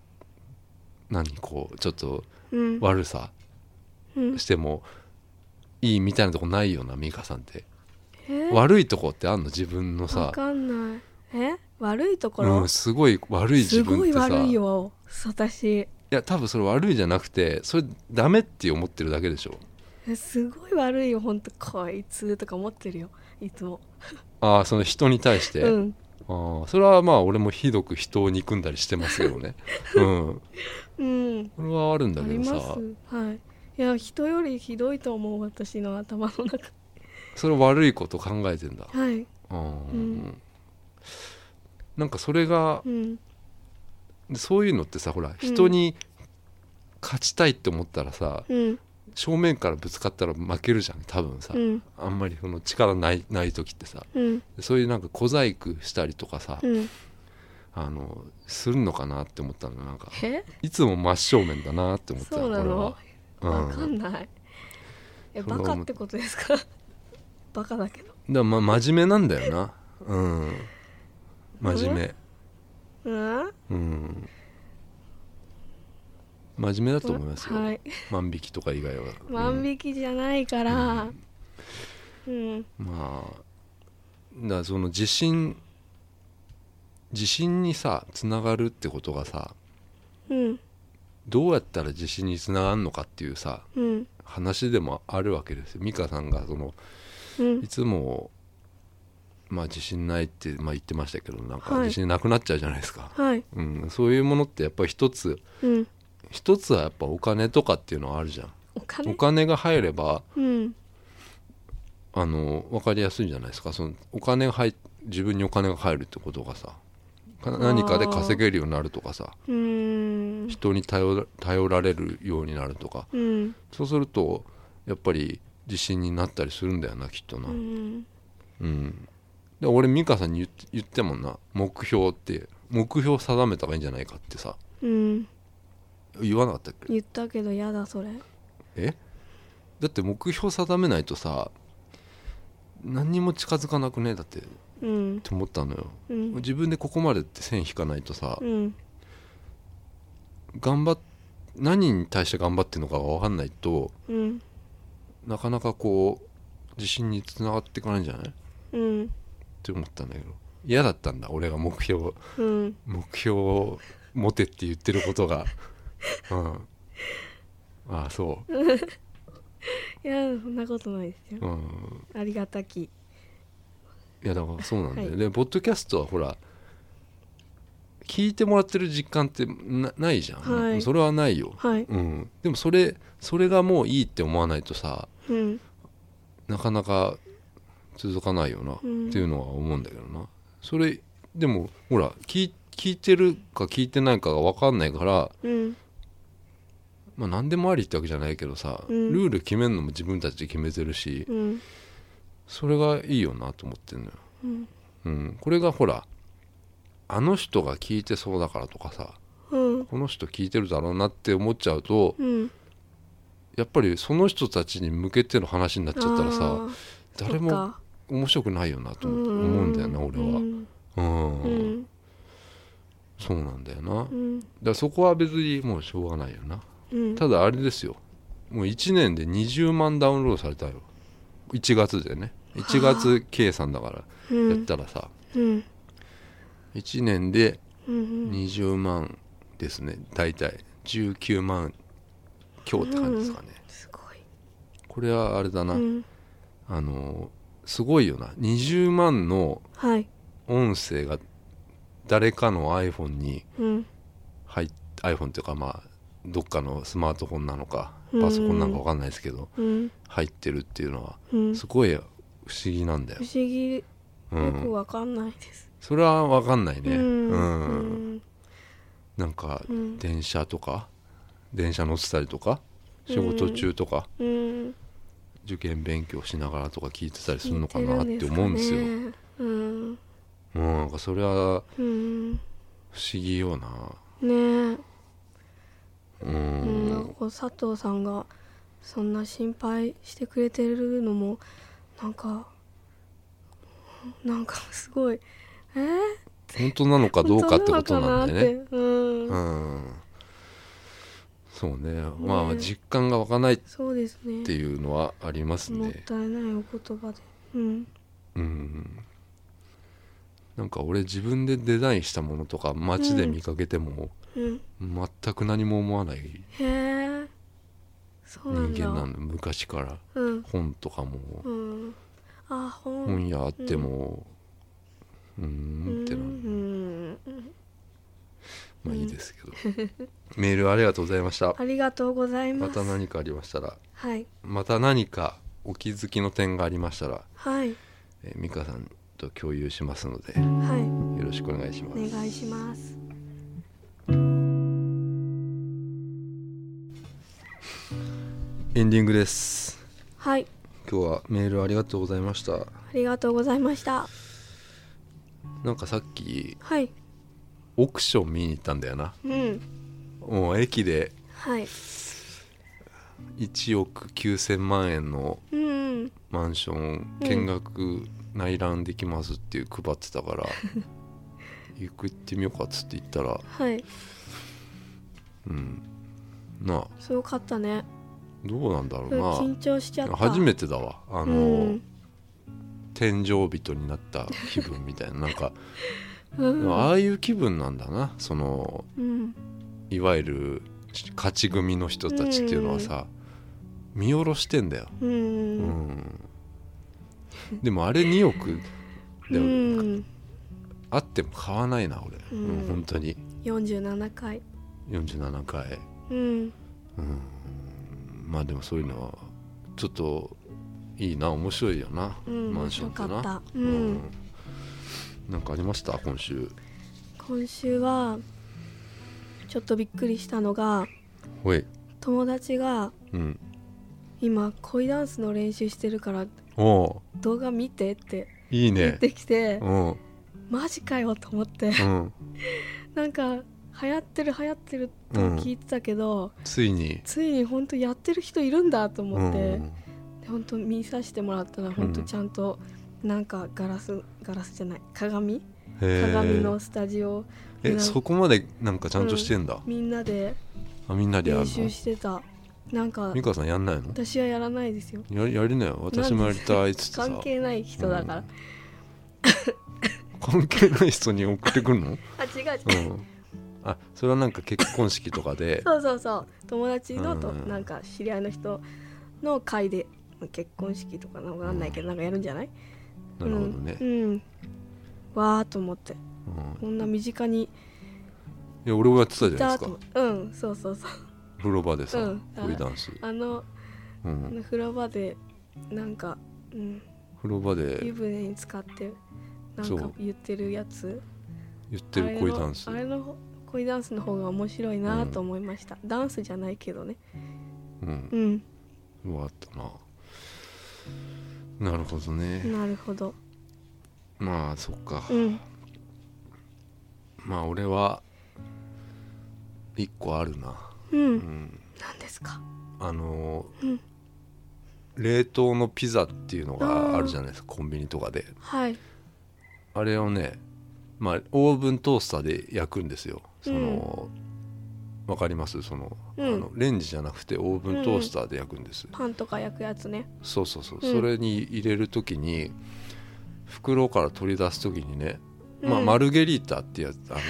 [SPEAKER 1] う何こうちょっと
[SPEAKER 2] うん
[SPEAKER 1] 悪さ
[SPEAKER 2] うん
[SPEAKER 1] してもいいみたいなとこないよな美香さんって
[SPEAKER 2] え
[SPEAKER 1] 悪いとこってあんの自分の
[SPEAKER 2] わ
[SPEAKER 1] さ、
[SPEAKER 2] かんないえ悪いとこ
[SPEAKER 1] う
[SPEAKER 2] ろ
[SPEAKER 1] ん、すごい悪い自
[SPEAKER 2] す
[SPEAKER 1] 分っ
[SPEAKER 2] ごい
[SPEAKER 1] てさ
[SPEAKER 2] 悪いよ私
[SPEAKER 1] いや多分それ悪いじゃなくてそれダメって思ってるだけでしょ
[SPEAKER 2] えすごい悪いよほんとこいつとか思ってるよいつも
[SPEAKER 1] ああその人に対して、
[SPEAKER 2] うん
[SPEAKER 1] ああそれはまあ俺もひどく人を憎んだりしてますけど
[SPEAKER 2] [LAUGHS]
[SPEAKER 1] ねうん
[SPEAKER 2] うん
[SPEAKER 1] これはあるんだ
[SPEAKER 2] あ
[SPEAKER 1] け
[SPEAKER 2] り
[SPEAKER 1] ど
[SPEAKER 2] ま
[SPEAKER 1] さ
[SPEAKER 2] すはいいや人よりひどいと思う私の頭の中
[SPEAKER 1] それ悪いこと考えてんだ
[SPEAKER 2] はい
[SPEAKER 1] うん、
[SPEAKER 2] うん
[SPEAKER 1] なんかそれが
[SPEAKER 2] うん
[SPEAKER 1] でそういうのってさほら人に勝ちたいって思ったらさ、
[SPEAKER 2] うん
[SPEAKER 1] 正面からぶつかったら負けるじゃん多分さ、
[SPEAKER 2] うん
[SPEAKER 1] あんまりその力ないない時ってさ
[SPEAKER 2] うん
[SPEAKER 1] そういうなんか小細工したりとかさ、
[SPEAKER 2] うん
[SPEAKER 1] あのするのかなって思ったのなんか
[SPEAKER 2] え
[SPEAKER 1] いつも真正面だなって思った
[SPEAKER 2] そうなの
[SPEAKER 1] 俺は、
[SPEAKER 2] わ
[SPEAKER 1] うん、だ
[SPEAKER 2] か
[SPEAKER 1] か
[SPEAKER 2] んないえ
[SPEAKER 1] その
[SPEAKER 2] バカってことですか [LAUGHS] バカだけど
[SPEAKER 1] らま真面目なんだよなうん真面目
[SPEAKER 2] うん
[SPEAKER 1] うん真面目だと思いますよ、
[SPEAKER 2] はい
[SPEAKER 1] 万引きとか以外は
[SPEAKER 2] 万引きじゃないからうん
[SPEAKER 1] まあだからその自信自信にさつながるってことがさ
[SPEAKER 2] うん
[SPEAKER 1] どうやったら自信につながるのかっていうさ
[SPEAKER 2] うん
[SPEAKER 1] 話でもあるわけですよ美香さんがその
[SPEAKER 2] うん
[SPEAKER 1] いつも、まあ、自信ないって、まあ、言ってましたけどなんか
[SPEAKER 2] はい
[SPEAKER 1] 自信なくなっちゃうじゃないですか、
[SPEAKER 2] はい
[SPEAKER 1] うん、そういうものってやっぱり一つ
[SPEAKER 2] うん
[SPEAKER 1] 一つはやっぱお金とかっていうのはあるじゃんお
[SPEAKER 2] お金
[SPEAKER 1] 金が入れば
[SPEAKER 2] うん
[SPEAKER 1] あの分かりやすいじゃないですかそのお金が入自分にお金が入るってことがさか何かで稼げるようになるとかさ
[SPEAKER 2] うーん
[SPEAKER 1] 人に頼ら頼られるようになるとか
[SPEAKER 2] うん
[SPEAKER 1] そうするとやっぱり自信になったりするんだよなきっとな
[SPEAKER 2] う、ん
[SPEAKER 1] うん、で俺美香さんに言って言ってもんな目標って目標定めた方がいいんじゃないかってさ
[SPEAKER 2] うん
[SPEAKER 1] 言わなかったっけ
[SPEAKER 2] 言ったけどやだそれ
[SPEAKER 1] えだって目標定めないとさ何にも近づかなくねだってっ
[SPEAKER 2] うん
[SPEAKER 1] て思ったのよ
[SPEAKER 2] うん
[SPEAKER 1] 自分でここまでって線引かないとさ
[SPEAKER 2] うん
[SPEAKER 1] 頑張っ何に対して頑張ってるのかが分かんないと
[SPEAKER 2] うん
[SPEAKER 1] なかなかこう自信につながっていかないんじゃないっ
[SPEAKER 2] うん
[SPEAKER 1] て思ったんだけど嫌だったんだ俺が目標を [LAUGHS]
[SPEAKER 2] うん
[SPEAKER 1] 目標を持てって言ってることがうんああそ
[SPEAKER 2] いやそんなことないです
[SPEAKER 1] う、
[SPEAKER 2] よ
[SPEAKER 1] うん、
[SPEAKER 2] ありがたき
[SPEAKER 1] いやだからそうなんだよ、
[SPEAKER 2] はい
[SPEAKER 1] でポッドキャストはほら聞いてもらってる実感ってなないじゃん、
[SPEAKER 2] はい
[SPEAKER 1] それはないよ、
[SPEAKER 2] はい
[SPEAKER 1] うん、でもそれそれがもういいって思わないとさ
[SPEAKER 2] うん
[SPEAKER 1] なかなか続かないよな、
[SPEAKER 2] うん
[SPEAKER 1] っていうのは思うんだけどなそれでもほら聞い聞いてるか聞いてないかが分かんないから、
[SPEAKER 2] うん
[SPEAKER 1] まあ、何でもありってわけじゃないけどさ、
[SPEAKER 2] うん
[SPEAKER 1] ルール決めるのも自分たちで決めてるし、
[SPEAKER 2] うん
[SPEAKER 1] それがいいよなと思ってんのよ、
[SPEAKER 2] うん
[SPEAKER 1] うん、これがほらあの人が聞いてそうだからとかさ
[SPEAKER 2] うん
[SPEAKER 1] この人聞いてるだろうなって思っちゃうと
[SPEAKER 2] うん
[SPEAKER 1] やっぱりその人たちに向けての話になっちゃったらさ
[SPEAKER 2] あー
[SPEAKER 1] 誰
[SPEAKER 2] そ
[SPEAKER 1] も
[SPEAKER 2] っか
[SPEAKER 1] 面白くないよなと思
[SPEAKER 2] う
[SPEAKER 1] 思うんだよな俺
[SPEAKER 2] う
[SPEAKER 1] は
[SPEAKER 2] ん
[SPEAKER 1] うん、
[SPEAKER 2] うん
[SPEAKER 1] そうなんだよなだか
[SPEAKER 2] うん
[SPEAKER 1] らそこは別にもうしょうがないよな
[SPEAKER 2] うん
[SPEAKER 1] ただあれですよもう1年で20万ダウンロードされたよ1月でね1月計算だから
[SPEAKER 2] う
[SPEAKER 1] やっ
[SPEAKER 2] ん
[SPEAKER 1] たらさ
[SPEAKER 2] うん
[SPEAKER 1] 1年で
[SPEAKER 2] うん
[SPEAKER 1] 20万ですね大体19万強って感じですかね、
[SPEAKER 2] すご
[SPEAKER 1] これはあれだな、
[SPEAKER 2] いうん
[SPEAKER 1] あのーすごいよな20万の
[SPEAKER 2] はい
[SPEAKER 1] 音声が誰かの iPhone に
[SPEAKER 2] うん
[SPEAKER 1] 入っ iPhone っていうかまあどっかのスマートフォンなのか
[SPEAKER 2] うん
[SPEAKER 1] パソコンなのか分かんないですけど
[SPEAKER 2] うん
[SPEAKER 1] 入ってるっていうのは
[SPEAKER 2] うん
[SPEAKER 1] すごい不思議なんだよ
[SPEAKER 2] 不、思議よ
[SPEAKER 1] う
[SPEAKER 2] く
[SPEAKER 1] ん、
[SPEAKER 2] わかんないです
[SPEAKER 1] それは分かんないね
[SPEAKER 2] うん
[SPEAKER 1] うん
[SPEAKER 2] うん
[SPEAKER 1] なんか
[SPEAKER 2] うん
[SPEAKER 1] 電車とか電車乗ってたりとか仕事中とか
[SPEAKER 2] うん
[SPEAKER 1] 受験勉強しながらとか聞いてたりするのかなって思うんですよ。
[SPEAKER 2] 似てるんですかねうん
[SPEAKER 1] うん、なんかそれは
[SPEAKER 2] うんね
[SPEAKER 1] 不思議よな。
[SPEAKER 2] え
[SPEAKER 1] う
[SPEAKER 2] うんなんか
[SPEAKER 1] ん、
[SPEAKER 2] こう佐藤さんがそんな心配してくれてるのもなんかなんかすごいえー、
[SPEAKER 1] 本当なのかどうかってことなんだよね。
[SPEAKER 2] ねうん、
[SPEAKER 1] うん、そうね。まあ
[SPEAKER 2] ね
[SPEAKER 1] 実感が湧かないっ
[SPEAKER 2] そうですね
[SPEAKER 1] ていうのはあります
[SPEAKER 2] もっ
[SPEAKER 1] ね。
[SPEAKER 2] たいないお言葉でうん
[SPEAKER 1] うん。なんか俺自分でデザインしたものとか街で見かけても
[SPEAKER 2] うん
[SPEAKER 1] 全く何も思わない
[SPEAKER 2] へえそうなんだ
[SPEAKER 1] 人間なの昔から
[SPEAKER 2] うん
[SPEAKER 1] 本とかも
[SPEAKER 2] うんあ本
[SPEAKER 1] 本屋あってもうー
[SPEAKER 2] うんん
[SPEAKER 1] ってな
[SPEAKER 2] うん
[SPEAKER 1] まあいいですけど [LAUGHS] メールありがとうございました
[SPEAKER 2] ありがとうございま
[SPEAKER 1] ますた何かありましたら
[SPEAKER 2] はい
[SPEAKER 1] また何かお気づきの点がありましたら、
[SPEAKER 2] はい
[SPEAKER 1] えー、美香さんと共有しますので
[SPEAKER 2] はい
[SPEAKER 1] よろしくお願いしま
[SPEAKER 2] お
[SPEAKER 1] す
[SPEAKER 2] 願いします
[SPEAKER 1] エンディングです
[SPEAKER 2] はい
[SPEAKER 1] 今日はメールありがとうございました
[SPEAKER 2] ありがとうございました
[SPEAKER 1] なんかさっき
[SPEAKER 2] はい
[SPEAKER 1] オークション見に行ったんだよな
[SPEAKER 2] うん
[SPEAKER 1] もう駅で
[SPEAKER 2] はい
[SPEAKER 1] 1億9000万円の
[SPEAKER 2] うん
[SPEAKER 1] マンション見学内覧できますっていう配ってた
[SPEAKER 2] [LAUGHS]
[SPEAKER 1] から、行く行ってみようかっつって言ったら
[SPEAKER 2] はい
[SPEAKER 1] うんなあ
[SPEAKER 2] すごかったね
[SPEAKER 1] どうなんだろ
[SPEAKER 2] うん緊
[SPEAKER 1] う
[SPEAKER 2] 張しちゃっ
[SPEAKER 1] な
[SPEAKER 2] た
[SPEAKER 1] 初めてだわあの、
[SPEAKER 2] うん
[SPEAKER 1] 天井人になった気分みたいななんか
[SPEAKER 2] うん
[SPEAKER 1] ああいう気分なんだなその
[SPEAKER 2] うん
[SPEAKER 1] いわゆる勝ち組の人たちっていうのはさ、見下ろしてんだよ、
[SPEAKER 2] う
[SPEAKER 1] うんん、でもあれ2億
[SPEAKER 2] う
[SPEAKER 1] でも
[SPEAKER 2] ん
[SPEAKER 1] あっても買わないな俺、
[SPEAKER 2] う
[SPEAKER 1] うんん、本当に
[SPEAKER 2] 47回
[SPEAKER 1] 47回
[SPEAKER 2] うん
[SPEAKER 1] うんまあでもそういうのはちょっといいな面白いよな、
[SPEAKER 2] うん
[SPEAKER 1] マンションって
[SPEAKER 2] よか
[SPEAKER 1] な
[SPEAKER 2] ったうん
[SPEAKER 1] なんかありました今週
[SPEAKER 2] 今週はちょっとびっくりしたのが
[SPEAKER 1] ほい
[SPEAKER 2] 友達が
[SPEAKER 1] うん
[SPEAKER 2] 今恋ダンスの練習してるから
[SPEAKER 1] おう
[SPEAKER 2] 動画見てって
[SPEAKER 1] いい
[SPEAKER 2] 言っ
[SPEAKER 1] ね
[SPEAKER 2] てきて、
[SPEAKER 1] うん
[SPEAKER 2] マジかよと思って [LAUGHS]
[SPEAKER 1] うん
[SPEAKER 2] なんか流行ってる流行ってると聞いてたけど、
[SPEAKER 1] ついに
[SPEAKER 2] ついに本当やってる人いるんだと
[SPEAKER 1] う
[SPEAKER 2] 思って、
[SPEAKER 1] ん
[SPEAKER 2] で本当見させてもらったら本当ちゃんとなんかガラスガラスじゃない鏡
[SPEAKER 1] へえ
[SPEAKER 2] 鏡のスタジオ
[SPEAKER 1] え
[SPEAKER 2] な
[SPEAKER 1] そこまでなんかちゃんとしてんだ、
[SPEAKER 2] みんなで
[SPEAKER 1] あみんなでやる
[SPEAKER 2] 練習
[SPEAKER 1] の
[SPEAKER 2] してたなんか
[SPEAKER 1] 美香さんやんないの
[SPEAKER 2] 私はやらないですよ
[SPEAKER 1] ややりなよ私もやりたいっつってさ
[SPEAKER 2] 関係ない人だから、
[SPEAKER 1] うん関係ない人に送ってくるの
[SPEAKER 2] あ違う違う、
[SPEAKER 1] うんあそれはなんか結婚式とかで
[SPEAKER 2] [LAUGHS] そうそうそう友達のと、
[SPEAKER 1] うん
[SPEAKER 2] なんか知り合いの人の会でまあ結婚式とかなんかわかんないけど、なんかやるんじゃない
[SPEAKER 1] なるほどね
[SPEAKER 2] う、ん、うんわーと思って
[SPEAKER 1] うん
[SPEAKER 2] こんな身近に
[SPEAKER 1] いや俺もやってた
[SPEAKER 2] い
[SPEAKER 1] じゃない
[SPEAKER 2] た
[SPEAKER 1] で
[SPEAKER 2] と
[SPEAKER 1] すか
[SPEAKER 2] 思ってうんそうそうそう
[SPEAKER 1] 風呂場でさ、
[SPEAKER 2] うん
[SPEAKER 1] 恋ダンス、
[SPEAKER 2] あの
[SPEAKER 1] う
[SPEAKER 2] あ
[SPEAKER 1] ん、
[SPEAKER 2] の風呂場でなんか、うん、
[SPEAKER 1] 風呂場で
[SPEAKER 2] 湯船に使ってな
[SPEAKER 1] そ
[SPEAKER 2] んか
[SPEAKER 1] う
[SPEAKER 2] 言ってるやつ
[SPEAKER 1] 言ってる恋ダンス
[SPEAKER 2] あれのあれの恋ダンスの方が面白いなと思いました、ダンスじゃないけどね
[SPEAKER 1] うん
[SPEAKER 2] うん
[SPEAKER 1] うわあったななるほどね、
[SPEAKER 2] なるほど
[SPEAKER 1] まあそっか、
[SPEAKER 2] うん
[SPEAKER 1] まあ俺は一個あるな
[SPEAKER 2] うん、
[SPEAKER 1] うん
[SPEAKER 2] なんですか
[SPEAKER 1] あのー
[SPEAKER 2] うん
[SPEAKER 1] 冷凍のピザっていうのがあるじゃないですかコンビニとかで
[SPEAKER 2] はい
[SPEAKER 1] あれをねまあオーブントースターで焼くんですよその、わかりますその,、
[SPEAKER 2] うん
[SPEAKER 1] あのレンジじゃなくてオーブントースターで焼くんです、
[SPEAKER 2] パンとか焼くやつね
[SPEAKER 1] そうそうそう、
[SPEAKER 2] うん
[SPEAKER 1] それに入れる時に袋から取り出す時にね、まあ、
[SPEAKER 2] うん
[SPEAKER 1] マルゲリータってやつあの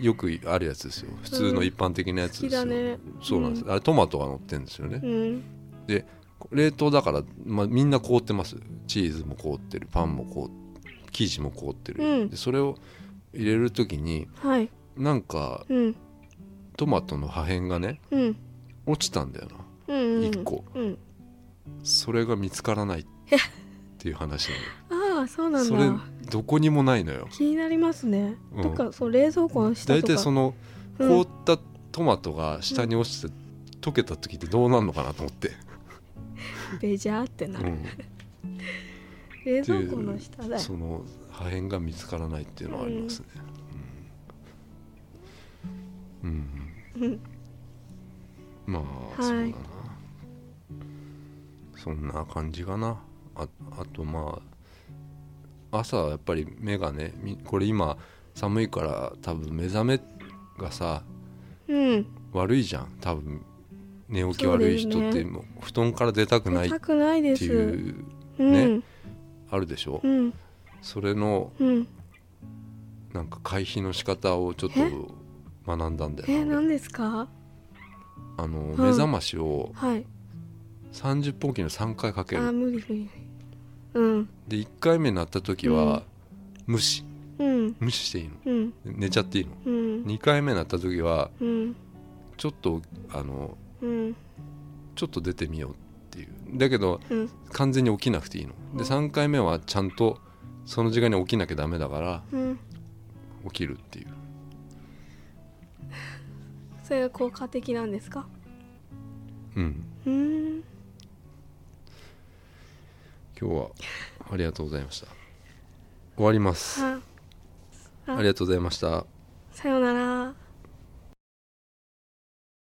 [SPEAKER 1] よくあるやつですよ普通の一般的なやつですよ、
[SPEAKER 2] 好きだね
[SPEAKER 1] そうなんです、
[SPEAKER 2] う
[SPEAKER 1] あれトマトが乗ってるんですよね、
[SPEAKER 2] うん
[SPEAKER 1] 冷凍だから、まあ、みんな凍ってますチーズも凍ってるパンも凍って生地も凍ってる、
[SPEAKER 2] うん
[SPEAKER 1] でそれを入れる時に
[SPEAKER 2] はい
[SPEAKER 1] なんか
[SPEAKER 2] うん
[SPEAKER 1] トマトの破片がね
[SPEAKER 2] うん
[SPEAKER 1] 落ちたんだよな
[SPEAKER 2] うんうん
[SPEAKER 1] 一個
[SPEAKER 2] うん
[SPEAKER 1] それが見つからないっていう話
[SPEAKER 2] ああそう
[SPEAKER 1] な
[SPEAKER 2] [LAUGHS] な
[SPEAKER 1] のそ
[SPEAKER 2] ん
[SPEAKER 1] れ
[SPEAKER 2] だ
[SPEAKER 1] どこにもないのよ
[SPEAKER 2] 気になりますね、
[SPEAKER 1] うん
[SPEAKER 2] とかそう冷蔵庫の下と
[SPEAKER 1] 大
[SPEAKER 2] か
[SPEAKER 1] 体その
[SPEAKER 2] うん
[SPEAKER 1] 凍ったトマトが下に落ちて溶けた時ってどうなるのかなと思って、
[SPEAKER 2] ベジャーってな
[SPEAKER 1] う
[SPEAKER 2] る、
[SPEAKER 1] ん
[SPEAKER 2] 冷蔵庫の下だよ
[SPEAKER 1] その破片が見つからないっていうのはありますねうん、うん
[SPEAKER 2] うん
[SPEAKER 1] まあ、
[SPEAKER 2] は
[SPEAKER 1] そ
[SPEAKER 2] い
[SPEAKER 1] うだなそんな感じかなああとまあ朝はやっぱり目がねみこれ今寒いから多分目覚めがさ
[SPEAKER 2] うん
[SPEAKER 1] 悪いじゃん多分寝起き
[SPEAKER 2] そう
[SPEAKER 1] 悪
[SPEAKER 2] で
[SPEAKER 1] い
[SPEAKER 2] す
[SPEAKER 1] 人
[SPEAKER 2] ね
[SPEAKER 1] ってもう布団から出たくないっ
[SPEAKER 2] 出たくないで
[SPEAKER 1] て
[SPEAKER 2] す
[SPEAKER 1] いう
[SPEAKER 2] うん
[SPEAKER 1] あるでしょ
[SPEAKER 2] うん
[SPEAKER 1] それの
[SPEAKER 2] うん
[SPEAKER 1] なんか回避の仕方をちょっと
[SPEAKER 2] え
[SPEAKER 1] 学んだんだ
[SPEAKER 2] え
[SPEAKER 1] よな
[SPEAKER 2] 何ですか
[SPEAKER 1] あの
[SPEAKER 2] ん
[SPEAKER 1] 目覚ましを
[SPEAKER 2] はい
[SPEAKER 1] 30分おきの3回かけ
[SPEAKER 2] あ
[SPEAKER 1] る
[SPEAKER 2] 無理無理うん
[SPEAKER 1] で1回目鳴った時は無視
[SPEAKER 2] うん
[SPEAKER 1] 無視していいの
[SPEAKER 2] うん
[SPEAKER 1] 寝ちゃっていいの
[SPEAKER 2] うん
[SPEAKER 1] 2回目鳴った時は
[SPEAKER 2] うん
[SPEAKER 1] ちょっとあの
[SPEAKER 2] うん
[SPEAKER 1] ちょっと出てみようっていうだけど
[SPEAKER 2] うん
[SPEAKER 1] 完全に起きなくていいので3回目はちゃんとその時間に起きなきゃダメだから
[SPEAKER 2] うん
[SPEAKER 1] 起きるっていう
[SPEAKER 2] それが効果的なんですか
[SPEAKER 1] うん
[SPEAKER 2] うーん
[SPEAKER 1] 今日はありがとうございました終わります
[SPEAKER 2] あ
[SPEAKER 1] ありがとうございました
[SPEAKER 2] さようなら